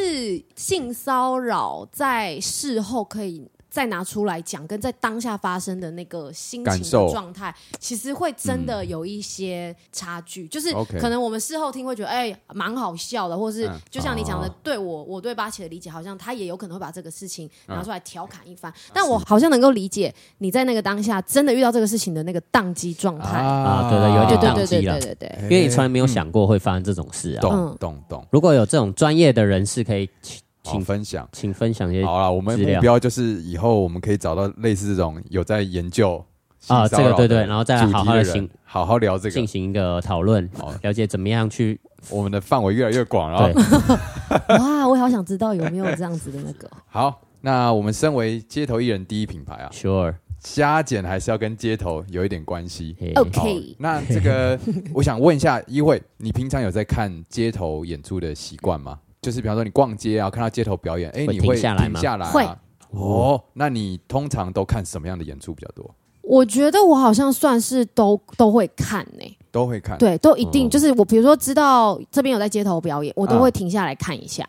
Speaker 3: 性骚扰在事后可以再拿出来讲，跟在当下发生的那个心情
Speaker 2: 感受嗯
Speaker 3: 的状态，其实会真的有一些差距。就是
Speaker 2: OK
Speaker 3: 可能我们事后听会觉得，哎、蛮好笑的，或是
Speaker 2: 嗯
Speaker 3: 就像你讲的，
Speaker 1: 哦
Speaker 3: 对我我对八旗的理解，好像他也有可能会把这个事情拿
Speaker 2: 嗯
Speaker 3: 出来调侃一番。
Speaker 2: 啊
Speaker 3: 但我好像能够理解你在那个当下真的遇到这个事情的那个宕机状态。
Speaker 1: 啊对对有
Speaker 3: 对
Speaker 1: 点
Speaker 3: 对
Speaker 1: 宕
Speaker 3: 对
Speaker 1: 机
Speaker 3: 对
Speaker 1: 了
Speaker 3: 对对 对。
Speaker 1: 因为你从来没有想过会发生这种事啊！
Speaker 2: 懂
Speaker 3: 嗯
Speaker 2: 懂懂，
Speaker 1: 如果有这种专业的人士可以请
Speaker 2: 请
Speaker 1: 请
Speaker 2: 分享。
Speaker 1: 请分享一些
Speaker 2: 哦好了，我们
Speaker 1: 资料
Speaker 2: 目标就是以后我们可以找到类似这种有在研究
Speaker 1: 啊
Speaker 2: 性骚扰的
Speaker 1: 这个对对然后再来
Speaker 2: 主题
Speaker 1: 好好
Speaker 2: 的
Speaker 1: 地
Speaker 2: 人
Speaker 1: 行
Speaker 2: 好好聊这
Speaker 1: 进
Speaker 2: 个。
Speaker 1: 行一个讨论
Speaker 2: 好，
Speaker 1: 了解怎么样去
Speaker 2: 我们的范围越来越广了哦
Speaker 1: 对。。
Speaker 3: 哇，我好想知道有没有这样子的那个。
Speaker 2: 好，那我们身为街头艺人第一品牌啊，
Speaker 1: Sure，
Speaker 2: 加减还是要跟街头有一点关系。
Speaker 1: 嘿
Speaker 3: OK
Speaker 2: 好那 这个我想问一下一慧，你平常有在看街头演出的习惯吗？就是比方说你逛街啊，看到街头表演，哎，
Speaker 1: 会
Speaker 2: 你
Speaker 1: 停
Speaker 2: 会
Speaker 1: 下来
Speaker 2: 停
Speaker 1: 吗
Speaker 2: 下来啊？
Speaker 3: 会
Speaker 2: 哦，那你通常都看什么样的演出比较多？
Speaker 3: 我觉得我好像算是都都会看呢、
Speaker 2: 都会看。
Speaker 3: 对，都一定、
Speaker 1: 哎哦啊
Speaker 3: 就是我，比如说知道这边有在街头表演，我都会停下来看一下。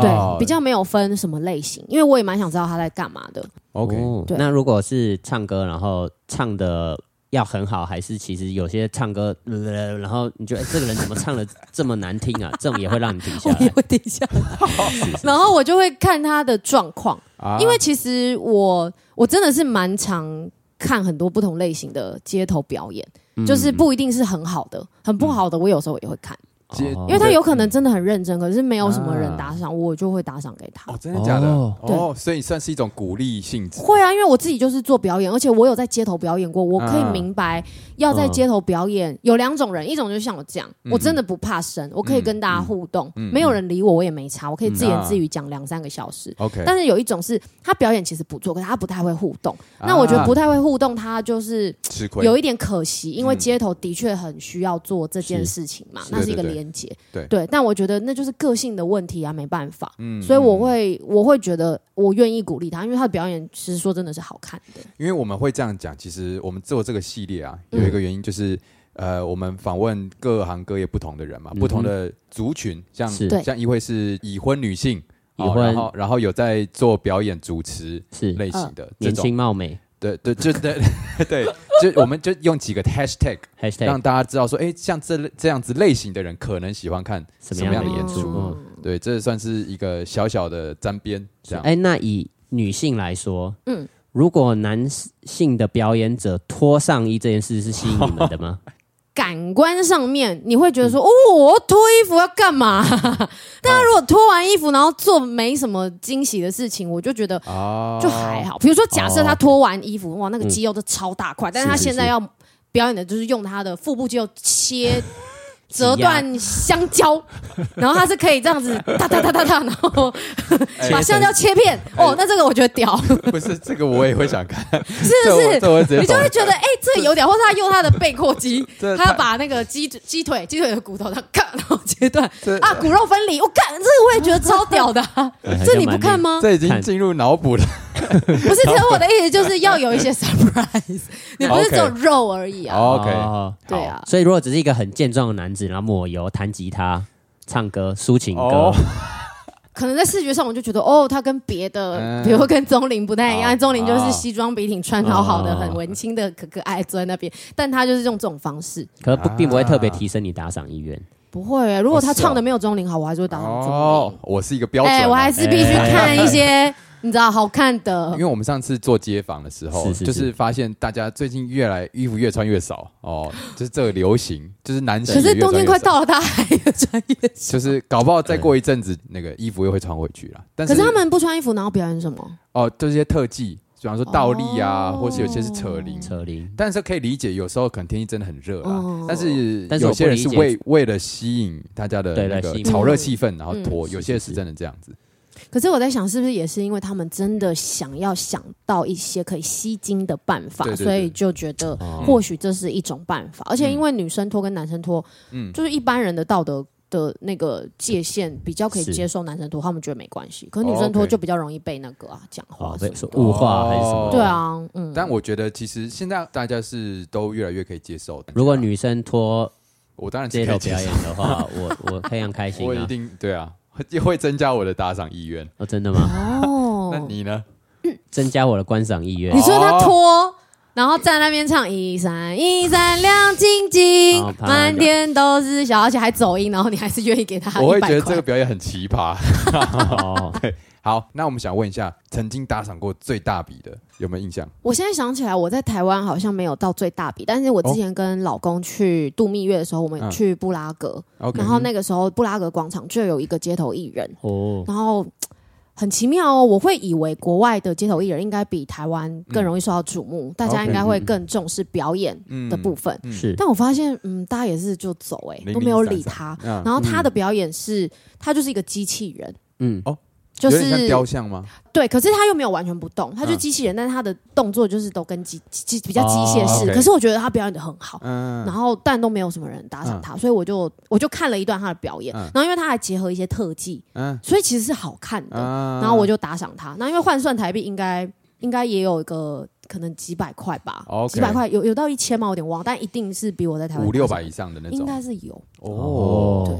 Speaker 1: 哦
Speaker 3: 对，比较没有分什么类型，因为我也蛮想知道他在干嘛的。
Speaker 2: OK。
Speaker 1: 哦
Speaker 3: 对
Speaker 1: 那如果是唱歌，然后唱的要很好，还是其实有些唱歌，呃然后你觉得、哎这个人怎么唱的这么难听 啊？这种也会让你停下
Speaker 3: 我也
Speaker 1: 来。
Speaker 3: 会停下来， 然后我就会看他的状况，
Speaker 2: 啊
Speaker 3: 因为其实我我真的是蛮常看很多
Speaker 1: 嗯
Speaker 3: 不同类型的街头表演，就是不一定是很好的，很不好的，我有时候也会看。
Speaker 2: 接
Speaker 1: 哦啊
Speaker 3: 因为他有可能真的很认真，可是没有什么人打赏，我就会打赏给他
Speaker 2: 哦，。真的假的？
Speaker 1: 哦
Speaker 2: 哦，所以算是一种鼓励性质。
Speaker 3: 会啊，因为我自己就是做表演，而且我有在街头表演过，我可以
Speaker 2: 嗯
Speaker 3: 明白要在街头表演有两种人，一种就像我这样，
Speaker 2: 嗯
Speaker 3: 我真的不怕生，我可以跟大家互动，
Speaker 2: 嗯嗯
Speaker 3: 没有人理我我也没差，我可以自言
Speaker 2: 嗯
Speaker 3: 自语讲两三个小时。
Speaker 2: OK，
Speaker 3: 但是有一种是他表演其实不错，可是他不太会互动。那我觉得不
Speaker 2: 太
Speaker 3: 太会互动，他就是
Speaker 2: 啊吃亏。
Speaker 3: 有一点可惜，因为
Speaker 2: 嗯
Speaker 3: 街头的确很需要做这件事情嘛，
Speaker 2: 是
Speaker 3: 那是一个
Speaker 2: 对对对
Speaker 3: 连接。
Speaker 2: 对
Speaker 3: 但我觉得那就是个性的问题啊，没办法。
Speaker 2: 嗯
Speaker 3: 所以我会，我会觉得我愿意鼓励他，因为他的表演其实说真的是好看的。
Speaker 2: 因为我们会这样讲，其实我们做这个系列啊，
Speaker 1: 嗯
Speaker 2: 有一个原因就是。呃，我们访问各行各业不同的人嘛，
Speaker 1: 嗯哼
Speaker 2: 不同的族群，像
Speaker 1: 是
Speaker 3: 对
Speaker 2: 像一会是已婚女性，
Speaker 1: 已
Speaker 2: 哦
Speaker 1: 婚
Speaker 2: 然后然后有在做表演主持
Speaker 1: 是
Speaker 2: 类型的这
Speaker 1: 哦年
Speaker 2: 种
Speaker 1: 轻，貌美
Speaker 2: 对 对，就对对，就我们就用几个 hashtag 让
Speaker 1: #hashtag
Speaker 2: 大家知道说，哎，像这类这样子类型的人可能喜欢看
Speaker 1: 什
Speaker 2: 什
Speaker 1: 么
Speaker 2: 么
Speaker 1: 样
Speaker 2: 样
Speaker 1: 的
Speaker 2: 的演
Speaker 1: 演
Speaker 2: 出
Speaker 1: 出？
Speaker 3: 哦
Speaker 1: 嗯，
Speaker 2: 对，这算是一个小小的沾边，这样。
Speaker 1: 哎，那以女性来说，
Speaker 3: 嗯
Speaker 1: 嗯，如果男性的表演者脱上衣这件事是吸引你们的吗？
Speaker 3: 感官上面你会觉得说，
Speaker 1: 嗯
Speaker 3: 哦，我脱衣服要 干嘛？但他如果脱完衣服，然后做没什么惊喜的事情，我就觉得
Speaker 2: 哦
Speaker 3: 就还好。比如说，假设他
Speaker 2: 哦
Speaker 3: 脱完衣服，哇，那个
Speaker 1: 啊嗯
Speaker 3: 肌肉都超大块，但
Speaker 1: 是
Speaker 3: 是他
Speaker 1: 是
Speaker 3: 现在
Speaker 1: 是
Speaker 3: 要表演的就是用他的腹部肌肉切折断香 蕉，然后他是可以这样子哒哒哒哒哒，然后把香蕉切片。
Speaker 1: 哎
Speaker 3: 哦，那这个我觉得屌，是
Speaker 2: 哎不是这个，我也会想
Speaker 1: 嗯
Speaker 2: 看，
Speaker 3: 不
Speaker 2: 这我
Speaker 3: 是？
Speaker 2: 这我会直接
Speaker 3: 你
Speaker 2: 走
Speaker 3: 就会觉得，哎，这个有点，或者他用他的背阔 肌，
Speaker 2: 这
Speaker 3: 他要
Speaker 2: 太
Speaker 3: 把那个鸡鸡腿鸡腿的骨头，他咔，然后切断
Speaker 2: 这
Speaker 3: 啊，骨肉分离，我干，这个我也觉得超屌的啊，这你不看吗？
Speaker 2: 这已经
Speaker 1: 看
Speaker 2: 进入脑补了。
Speaker 3: 不是，可是我的意思就是要有一 些 surprise，你不是只有肉而已啊。
Speaker 2: OK，
Speaker 1: 哦
Speaker 3: 对啊，
Speaker 1: 所以如果只是一个很健壮的男子，然后抹油、弹吉他、唱歌、抒情歌
Speaker 2: 哦，
Speaker 3: 可能在视觉上我就觉得，哦，他跟别的，
Speaker 2: 嗯
Speaker 3: 比如跟钟林不太一样，
Speaker 2: 哦
Speaker 3: 钟林就是
Speaker 2: 哦
Speaker 3: 西装笔挺、穿好好的，
Speaker 2: 嗯
Speaker 1: 哦
Speaker 3: 很文青的，可可爱爱坐在那边，但他就是用这种方式。
Speaker 1: 可不并不会特别提升你打赏意愿。
Speaker 3: 不会欸，如果他
Speaker 2: 哦是哦
Speaker 3: 唱的没有钟林好，我还是会打上钟
Speaker 2: 哦
Speaker 3: 林。，
Speaker 2: 我是一个标准啊，哎
Speaker 3: 哎，我还是必须看一些 你知道好看的
Speaker 2: 因为。我们上次做街访的时候，
Speaker 1: 哦是是是
Speaker 2: 就是发现大家最近越来衣服越穿越少哦， 就是这个流行，就是男生
Speaker 3: 可是
Speaker 2: 也越穿越少
Speaker 3: 冬天快，到了，他还越穿越少。
Speaker 2: 就是搞不好再过一阵子那个衣服又会穿回去了。但
Speaker 3: 嗯可是他们不穿衣服，然后表演什么？
Speaker 2: 哦，这些特技，比方说倒立啊，
Speaker 3: 哦
Speaker 2: 或是有些是扯铃。
Speaker 1: 扯铃，
Speaker 2: 但是可以理解，有时候可能天气真的很热啦，
Speaker 3: 哦
Speaker 2: 但是
Speaker 1: 但是我不
Speaker 2: 有些人是
Speaker 1: 理解
Speaker 2: 为为了吸引大家的
Speaker 1: 对
Speaker 2: 那
Speaker 1: 来吸
Speaker 2: 个
Speaker 1: 引
Speaker 2: 炒热气氛，然后
Speaker 3: 嗯
Speaker 2: 脱，有些
Speaker 1: 是是
Speaker 2: 是真的这样子。
Speaker 3: 可是我在想，是不是也是因为他们真的想要想到一些可以吸睛的办法，
Speaker 2: 对对对
Speaker 3: 所以就觉得
Speaker 1: 哦
Speaker 3: 或许这是一种办法。而且因为女生脱跟男生脱，
Speaker 2: 嗯
Speaker 3: 就是一般人的道德的那个界限比较可以
Speaker 1: 是
Speaker 3: 接受，男生脱他们觉得没关系，可是
Speaker 2: 哦
Speaker 3: 女生脱
Speaker 2: OK
Speaker 3: 就比较容易被那个啊讲话
Speaker 1: 哦，
Speaker 3: 什
Speaker 1: 被
Speaker 3: 么
Speaker 1: 说
Speaker 3: 的
Speaker 1: 物化还是什么？
Speaker 2: 哦
Speaker 3: 对。啊，嗯，
Speaker 2: 但我觉得其实现在大家是都越来越可以接受。
Speaker 1: 如果女生脱
Speaker 2: 我当然是
Speaker 1: 街
Speaker 2: 可以
Speaker 1: 头
Speaker 2: 接
Speaker 1: 表
Speaker 2: 受
Speaker 1: 演，的话，我我非常开心
Speaker 2: 我一
Speaker 1: 啊！
Speaker 2: 定对啊，会会增加我的打赏意愿。
Speaker 1: 哦，真的吗？
Speaker 2: 那
Speaker 3: 哦，
Speaker 2: 你呢？
Speaker 1: 增加我的观赏意 愿
Speaker 3: 你。说他脱。然后在那边唱一闪一闪亮晶晶
Speaker 1: 好，怕
Speaker 3: 满天都是小，而且还走音，然后你还是愿意给他
Speaker 2: 我
Speaker 3: 一
Speaker 2: 会
Speaker 3: 百
Speaker 2: 觉得这
Speaker 3: 块
Speaker 2: 个。表演很奇葩。
Speaker 1: 哦，
Speaker 2: 好，那我们想问一下，曾经打赏过最大笔的有没有印象？
Speaker 3: 我现在想起来，我在台湾好像没有到最大笔，但是我之前跟老公去度蜜月的时候，我们有
Speaker 2: 嗯
Speaker 3: 去布拉格，
Speaker 2: OK
Speaker 3: 然后那个时候布拉格广场就有一个街头艺人，
Speaker 1: 哦，
Speaker 3: 然后很奇妙哦，我会以为国外的街头艺人应该比台湾更容易受到瞩目，大家
Speaker 2: 嗯 OK，
Speaker 3: 应该会更重视表演
Speaker 2: 嗯
Speaker 3: 的部分，
Speaker 1: 是
Speaker 3: 但我发现，嗯，大家也是就走、欸，
Speaker 2: 零
Speaker 3: 都没有理
Speaker 2: 零散
Speaker 3: 他。
Speaker 2: 嗯
Speaker 3: 然后他的表演是，他就是一个机器人，
Speaker 1: 嗯，
Speaker 3: 就
Speaker 2: 哦有点像
Speaker 3: 是
Speaker 2: 雕像吗？
Speaker 3: 对，可是他又没有完全不动，他就
Speaker 2: 嗯
Speaker 3: 机器人，但是他的动作就是都跟机机比较机械
Speaker 2: 哦
Speaker 3: 式。
Speaker 2: ，OK
Speaker 3: 可是我觉得他表演的很好，
Speaker 2: 嗯
Speaker 3: 然后但都没有什么人打赏他，所以我就我就看了一段他的表演，
Speaker 2: 嗯
Speaker 3: 然后因为他还结合一些特技，
Speaker 2: 嗯
Speaker 3: 所以其实是好看的。
Speaker 2: 啊
Speaker 3: 然后我就打赏他，那因为换算台币应该应该也有一个可能几百块吧
Speaker 2: 哦 OK
Speaker 3: 几百块有有到一千吗？我有点忘了，但一定是比我在台湾
Speaker 2: 五六
Speaker 3: 打
Speaker 2: 百
Speaker 3: 赏
Speaker 2: 以上的那
Speaker 3: 应
Speaker 2: 种
Speaker 3: 该是有。
Speaker 1: 哦
Speaker 3: 对，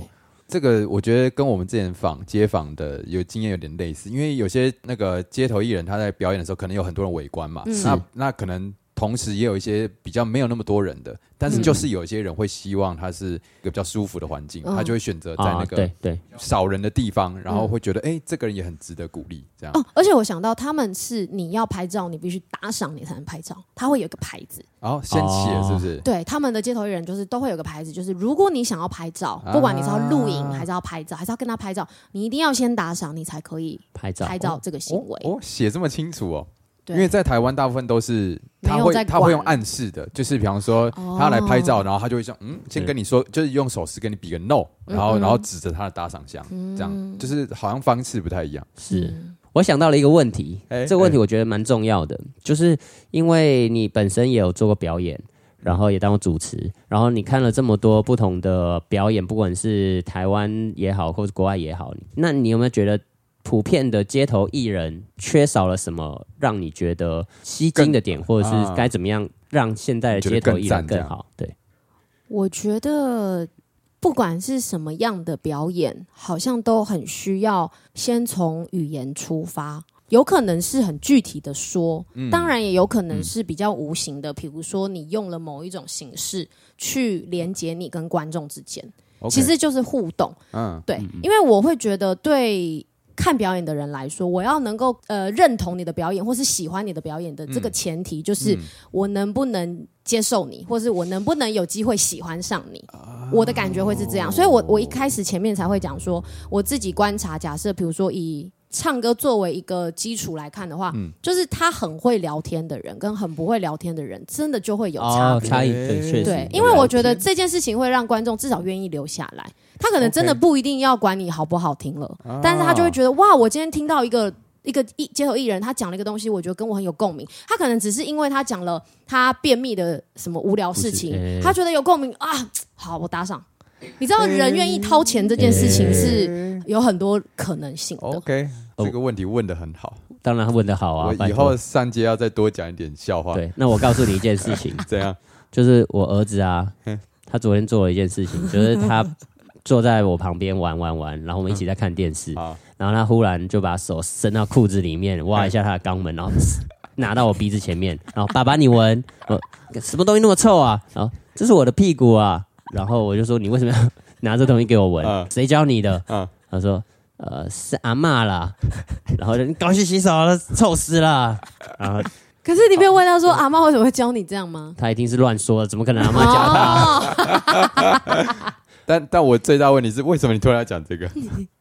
Speaker 2: 这个我觉得跟我们之前访街访的有经验有点类似，因为有些那个街头艺人他在表演的时候，可能有很多人围观嘛，
Speaker 3: 嗯
Speaker 2: 那那可能。同时也有一些比较没有那么多人的，但
Speaker 3: 嗯
Speaker 2: 是就是有一些人会希望他是一个比较舒服的环境，
Speaker 3: 嗯
Speaker 2: 他就会选择在
Speaker 1: 啊
Speaker 2: 那，个
Speaker 1: 对对，
Speaker 2: 少人的地方，然后会觉得哎、这个人也很值得鼓励，这样。
Speaker 3: 哦，而且我想到他们是你要拍照，你必须打赏你才能拍照，他会有一个牌子。
Speaker 2: 然后哦先写是不是？
Speaker 3: 哦对，他们的街头艺人就是都会有个牌子，就是如果你想要拍照，
Speaker 2: 啊
Speaker 3: 不管你是要录影还是要拍照，还是要跟他拍照，你一定要先打赏，你才可以
Speaker 1: 拍照
Speaker 3: 拍照这个行为。
Speaker 2: 哦，写这么清楚哦。因为
Speaker 3: 对，
Speaker 2: 在台湾大部分都是
Speaker 3: 没有
Speaker 2: 他会
Speaker 3: 在
Speaker 2: 他
Speaker 3: 管
Speaker 2: 会用暗示的，就是比方说
Speaker 3: 哦
Speaker 2: 他来拍照，然后他就会说嗯，先跟你说，就是用手势跟你比个 no，然后
Speaker 3: 嗯
Speaker 2: 然后指着他的打赏箱，这样就是好像方式不太一样。
Speaker 1: 是。我想到了一个问题，
Speaker 2: 哎
Speaker 1: 这个问题我觉得蛮重要的，就是因为你本身也有做过表演，然后也当过主持，然后你看了这么多不同的表演，不管是台湾也好，或是国外也好，那你有没有觉得普遍的街头艺人缺少了什么，让你觉得吸睛的点，或者
Speaker 2: 啊
Speaker 1: 是该怎么样让现在的街头艺人更好？对，
Speaker 3: 我觉得不管是什么样的表演，好像都很需要先从语言出发。有可能是很具体的说，当然也有可能是比较无形的，比如说你用了某一种形式去连接你跟观众之间。
Speaker 2: OK，
Speaker 3: 其实就是互动。
Speaker 2: 嗯，
Speaker 3: 对，因为我会觉得对。看表演的人来说，我要能够呃认同你的表演，或是喜欢你的表演的这个前提，
Speaker 2: 嗯
Speaker 3: 就是我能不能接受你，或是我能不能有机会喜欢上你。
Speaker 2: 啊
Speaker 3: 我的感觉会是这样，所以我我一开始前面才会讲说，我自己观察，假设比如说以唱歌作为一个基础来看的话，
Speaker 2: 嗯
Speaker 3: 就是他很会聊天的人跟很不会聊天的人，真的就会有差
Speaker 1: 哦，
Speaker 3: 别。
Speaker 1: 差异
Speaker 2: 哎
Speaker 1: 对，确
Speaker 3: 对
Speaker 1: 实，，
Speaker 3: 因为我觉
Speaker 2: 聊
Speaker 3: 得
Speaker 2: 天
Speaker 3: 这件事情会让观众至少愿意留下来。他可能真的
Speaker 2: OK
Speaker 3: 不一定要管你好不好听了，啊但是他就会觉得哇，我今天听到一个一个艺街头艺人，他讲了一个东西，我觉得跟我很有共鸣。他可能只是因为他讲了他便秘的什么无聊事情，
Speaker 1: 不是哎
Speaker 3: 他觉得有共鸣啊，好，我打赏。你知道人愿意掏钱这件事情是有很多可能性的。
Speaker 2: OK，
Speaker 1: 哦
Speaker 2: 这个问题问的很好，
Speaker 1: 当然他问的好啊，
Speaker 2: 我
Speaker 1: 拜
Speaker 2: 以
Speaker 1: 托
Speaker 2: 后上街要再多讲一点笑 话，
Speaker 1: 对，那我告诉你一件事情，
Speaker 2: 这样
Speaker 1: 就是我儿子啊，
Speaker 2: 嗯
Speaker 1: 他昨天做了一件 事情，就是他坐在我旁边玩玩玩，然后我们一起在看电视，
Speaker 2: 好
Speaker 1: 然后他忽然就把手伸到裤子里面挖一下他的肛门，然后拿到我鼻子前面，然后爸爸你闻，我什么东西那么臭啊？然后这是我的屁股啊，然后我就说你为什么要拿这东西给我闻
Speaker 2: 嗯？
Speaker 1: 谁教你的
Speaker 2: 嗯？
Speaker 1: 他说。呃，是阿嬷啦，然后就你赶快去洗手啊，臭死啦！然后
Speaker 3: 可是你没有问他说啊阿妈为什么会教你这样吗？
Speaker 1: 他一定是乱说的，怎么可能阿嬷教 他？
Speaker 3: 哦，
Speaker 2: 但但我最大问题是，为什么你突然要讲 这个？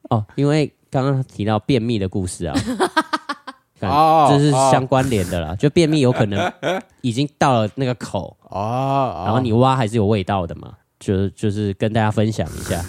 Speaker 1: 哦，因为刚刚提到便秘的故事 啊，干
Speaker 2: 哦
Speaker 1: 这是相关联的啦。就便秘有可能已经到了那个口，
Speaker 2: 哦，
Speaker 1: 然后你挖还是有味道的嘛，就就是跟大家分享一 下。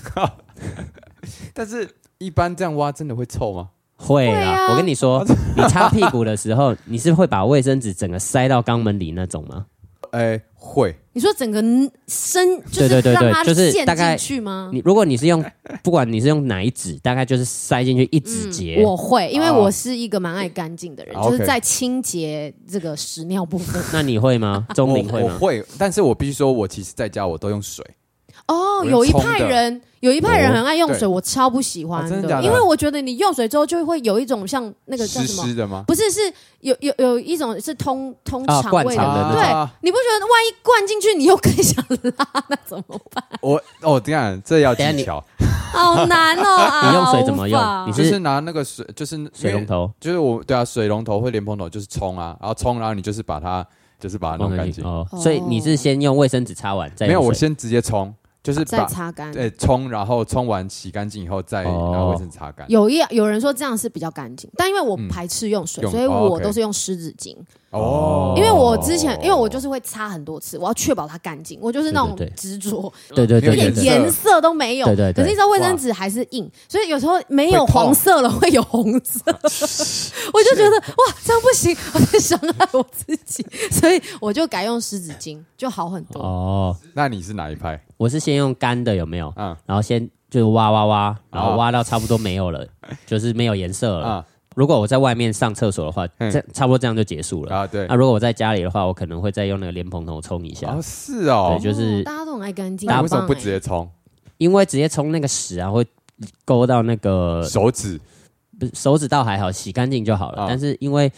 Speaker 2: 但是一般这样挖真的会臭吗？
Speaker 1: 会
Speaker 3: 会
Speaker 1: 啦，
Speaker 3: 啊
Speaker 1: 我跟你
Speaker 2: 哦
Speaker 1: 说，你擦屁股的时候，你是会把卫生纸整个塞到肛门里那种吗？
Speaker 2: 哎，会，
Speaker 3: 你说整个深就
Speaker 1: 对对
Speaker 3: 是
Speaker 1: 对对
Speaker 3: 让他
Speaker 1: 就是
Speaker 3: 陷
Speaker 1: 大概
Speaker 3: 进去吗？
Speaker 2: 嗯
Speaker 1: 你如果你是用，不管你是用哪一指，大概就是塞进去一指节。
Speaker 3: 嗯我会，因为
Speaker 2: 哦
Speaker 3: 我是一个蛮爱干净的人，
Speaker 2: 啊
Speaker 3: 就是
Speaker 2: OK
Speaker 3: 在清洁这个屎尿 部分。
Speaker 1: 那你会吗？钟
Speaker 2: 我
Speaker 1: 林会
Speaker 2: 我
Speaker 1: 吗？
Speaker 2: 会，但是我必须说，我其实在家我都用水。
Speaker 3: 哦，
Speaker 2: 我
Speaker 3: 有
Speaker 2: 用
Speaker 3: 一
Speaker 2: 冲
Speaker 3: 派
Speaker 2: 的
Speaker 3: 人，有一派人很爱用
Speaker 2: 对
Speaker 3: 水，我超不喜欢
Speaker 2: 哦真的假的
Speaker 3: 因为我觉得你用水之后就会有一种像那个叫
Speaker 2: 湿
Speaker 3: 什么。
Speaker 2: 湿的吗？
Speaker 3: 不是，是有有有一种是通通
Speaker 1: 啊
Speaker 3: 肠
Speaker 1: 灌
Speaker 3: 胃
Speaker 1: 不肠的那
Speaker 3: 对
Speaker 1: 种
Speaker 2: 啊，
Speaker 3: 你不觉得万一灌进去，你又更想拉，那怎么办？
Speaker 2: 我哦，这样这要
Speaker 1: 等一下
Speaker 2: 技
Speaker 1: 你
Speaker 2: 巧，
Speaker 3: 好难哦！
Speaker 1: 你用
Speaker 3: 啊
Speaker 1: 水怎么用
Speaker 3: 无法
Speaker 1: 你
Speaker 2: 就是是拿那个水，就是
Speaker 1: 水龙，头
Speaker 2: 就是我对啊，水龙头或莲蓬头就是冲啊，然后冲，然后你就是把它，就是把它弄干净。
Speaker 1: 哦，所以你是先用卫生纸擦完，再
Speaker 2: 没有，
Speaker 1: 用
Speaker 2: 我
Speaker 1: 水
Speaker 2: 先直接冲，就是
Speaker 3: 再
Speaker 2: 把
Speaker 3: 擦干。
Speaker 2: 对冲，然后冲完洗干净以后再
Speaker 1: 哦
Speaker 2: 拿卫生纸擦干。
Speaker 3: 有一有人说这样是比较干净，但因为我
Speaker 2: 嗯
Speaker 3: 排斥用水，
Speaker 2: 用
Speaker 3: 所以
Speaker 2: 哦
Speaker 3: 我
Speaker 2: ，OK
Speaker 3: 都是用湿纸巾。
Speaker 2: 哦，
Speaker 3: 因为我之前，因为我就是会擦很多次，我要确保它干净，我就是那种
Speaker 1: 对对对
Speaker 3: 执着，
Speaker 1: 对对对
Speaker 2: 没
Speaker 1: 对
Speaker 2: 有
Speaker 3: 一
Speaker 2: 颜
Speaker 1: 对
Speaker 3: 点颜色都没有。
Speaker 1: 对对对
Speaker 3: 可是你知道卫生纸还是硬，所以有时候没有
Speaker 2: 会痛
Speaker 3: 黄色了会有 红色，我就觉得哇，这样不行，我在伤害我自己，所以我就改用湿纸巾，就好很多。
Speaker 1: 哦，
Speaker 2: 那你是哪一派？
Speaker 1: 我是先用干的，有没有？
Speaker 2: 嗯
Speaker 1: 然后先就挖挖
Speaker 2: 啊
Speaker 1: 挖，然后挖到差不多没有 了，就是没有颜色了。
Speaker 2: 啊
Speaker 1: 如果我在外面上厕所的话，
Speaker 2: 嗯
Speaker 1: 这差不多这样就结束了。
Speaker 2: 啊，对
Speaker 1: 那、，如果我在家里的话，我可能会再用那个莲蓬头冲一下
Speaker 2: 哦，是哦
Speaker 1: 对，就是
Speaker 3: 哦大家都很爱干净，
Speaker 2: 那你
Speaker 3: 很
Speaker 2: 为什么
Speaker 3: 棒
Speaker 2: 不
Speaker 3: 哎
Speaker 2: 直接冲
Speaker 1: 因为直接冲那个屎啊会勾到那个
Speaker 2: 手指？
Speaker 1: 不是手指倒还好，洗干净就好了。
Speaker 2: 哦啊
Speaker 1: 但是因为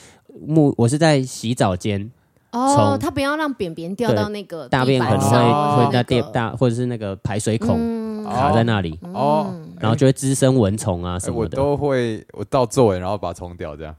Speaker 1: 沐我是在洗澡间，
Speaker 3: 哦
Speaker 1: 从，
Speaker 3: 他不要让便便掉
Speaker 1: 对
Speaker 3: 到那个
Speaker 1: 大便
Speaker 3: 地
Speaker 1: 可
Speaker 3: 板
Speaker 1: 能
Speaker 3: 上
Speaker 2: 哦
Speaker 3: 或
Speaker 1: 会
Speaker 3: 者
Speaker 1: 会在
Speaker 3: 那
Speaker 1: 地
Speaker 3: 个
Speaker 1: 大或者是那个排水孔
Speaker 3: 嗯
Speaker 1: 卡在那里，
Speaker 2: 哦，
Speaker 1: 然后就会滋生蚊虫啊
Speaker 2: 哎
Speaker 1: 嗯什
Speaker 2: 我
Speaker 1: 么的。
Speaker 2: 都会，我到皱纹然后把它冲掉，这样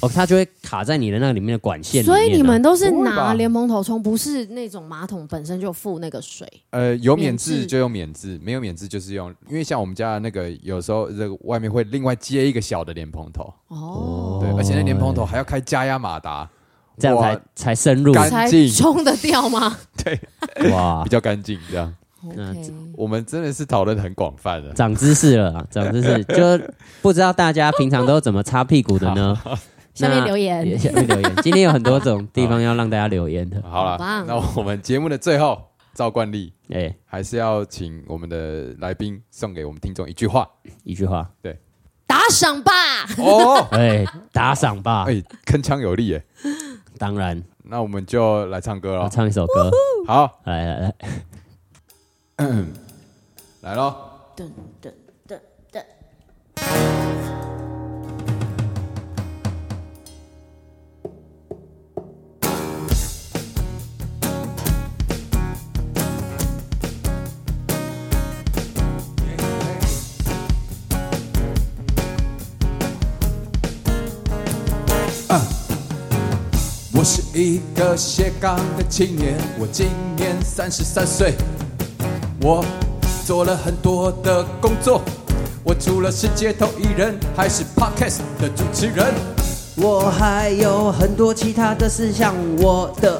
Speaker 1: 哦，它就会卡在你的那个里面的管线里面啊、
Speaker 3: 所以你们都是
Speaker 2: 不会吧
Speaker 3: 拿莲蓬头冲，不是那种马桶本身就附那个水。
Speaker 2: 呃，有免
Speaker 3: 免
Speaker 2: 治
Speaker 3: 治
Speaker 2: 就用免治，没有免治就是用，因为像我们家的那个，有时候这个外面会另外接一个小的莲蓬头，
Speaker 3: 哦，
Speaker 2: 对，而且那莲蓬头还要开加压马达，
Speaker 1: 这样才
Speaker 2: 哇
Speaker 1: 才深入
Speaker 2: 干
Speaker 3: 才
Speaker 2: 净
Speaker 3: 冲得掉吗
Speaker 1: 哇
Speaker 2: 比，较干净，这样。
Speaker 1: 那
Speaker 3: ？OK，
Speaker 2: 我们真的是讨论得很广泛的，
Speaker 1: 长知识了啦，长知 识，就不知道大家平常都怎么擦屁股的呢？
Speaker 3: 下面
Speaker 1: 那
Speaker 3: 留言
Speaker 1: 也下面留 言，今天有很多种地方要让大家留言的，
Speaker 2: 好了
Speaker 3: 好，棒
Speaker 2: 那我们节目的最后，照惯例
Speaker 1: 哎、
Speaker 2: 还是要请我们的来宾送给我们听众一句话
Speaker 1: 一句话，
Speaker 3: 打赏吧。
Speaker 2: 哦，
Speaker 1: 哎、打赏吧，
Speaker 2: 哎，铿锵有力耶。
Speaker 1: 当然，
Speaker 2: 那我们就来唱歌
Speaker 1: 我
Speaker 2: 了，
Speaker 1: 唱一首歌，
Speaker 2: 好，
Speaker 1: 来来来，
Speaker 2: 来喽。
Speaker 3: 噔噔噔噔，
Speaker 2: 啊我是一个斜杠的青年，我今年三十三岁，我做了很多的工作，我除了是街头艺人，还是 podcast 的主持人。
Speaker 4: 我还有很多其他的事项，我的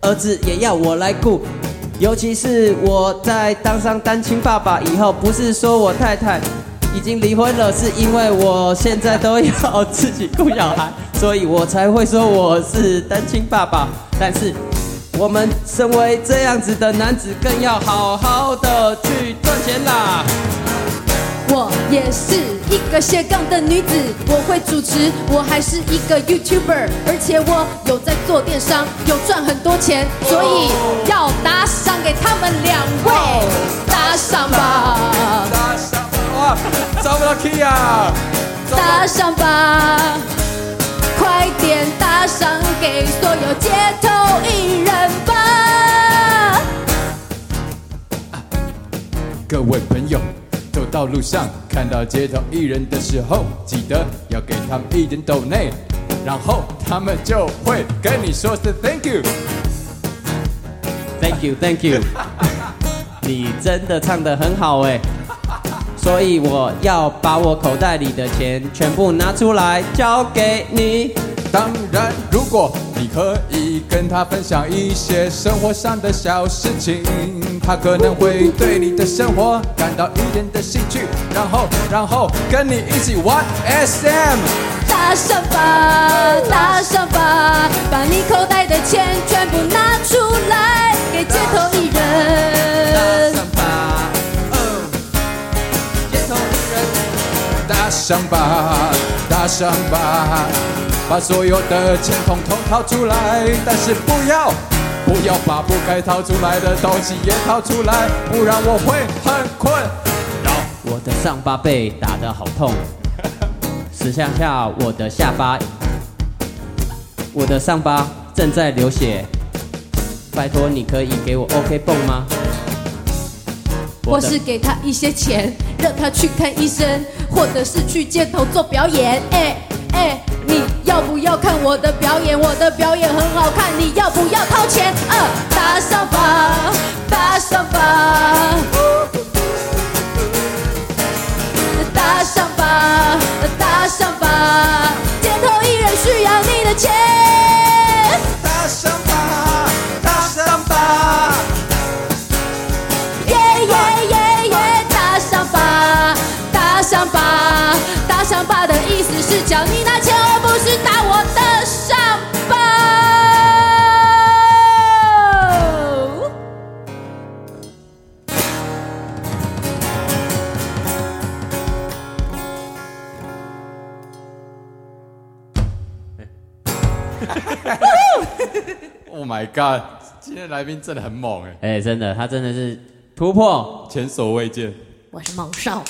Speaker 4: 儿子也要我来顾。尤其是我在当上单亲爸爸以后，不是说我太太已经离婚了，是因为我现在都要自己顾小孩，所以我才会说我是单亲爸爸。但是我们身为这样子的男子，更要好好的去赚钱啦。
Speaker 3: 我也是一个斜杠的女子，我会主持，我还是一个 YouTuber，而且我有在做电商，有赚很多钱，所以要打赏给他们两位，打赏吧，
Speaker 2: 打赏哇，找不到 key 啊！找不到
Speaker 3: 打赏吧，快点打赏给所有街头艺人吧。
Speaker 2: 各位朋友，走到路上看到街头艺人的时候，记得要给他们一点抖内，然后他们就会跟你说声 thank you。
Speaker 4: Thank you, thank you。你真的唱得很好哎，所以我要把我口袋里的钱全部拿出来交给你。
Speaker 2: 当然，如果你可以跟他分享一些生活上的小事情，他可能会对你的生活感到一点的兴趣，然后，然后跟你一起玩 SM。
Speaker 3: 打赏吧，打赏吧，把你口袋的钱全部拿出来给街头艺人。
Speaker 4: 上吧，嗯，街头艺人。
Speaker 2: 打赏吧，打赏吧，把所有的钱统统掏出来，但是不要，不要把不该掏出来的东西也掏出来，不然我会很困扰。
Speaker 4: 我的上巴被打得好痛，石像下我的下巴，我的上巴正在流血，拜托你可以给我 OK 泵吗？
Speaker 3: 或
Speaker 4: 的
Speaker 3: 是给他一些钱，让他去看医生，或者是去街头做表演。哎哎，你要不要看我的表演？我的表演很好看，你要不要掏钱？呃，打赏吧，打赏吧。打赏吧，打赏吧，街头艺人需要你的钱。
Speaker 2: 打赏吧，打赏吧，
Speaker 3: 耶耶耶耶！打赏吧，打赏吧，打赏吧的意思是叫你拿钱，而不是打我的赏吧。
Speaker 2: ！Oh my god，今天来宾真的很猛哎，
Speaker 1: 哎、真的，他真的是突破
Speaker 2: 前所未见。
Speaker 3: 我是猛兽。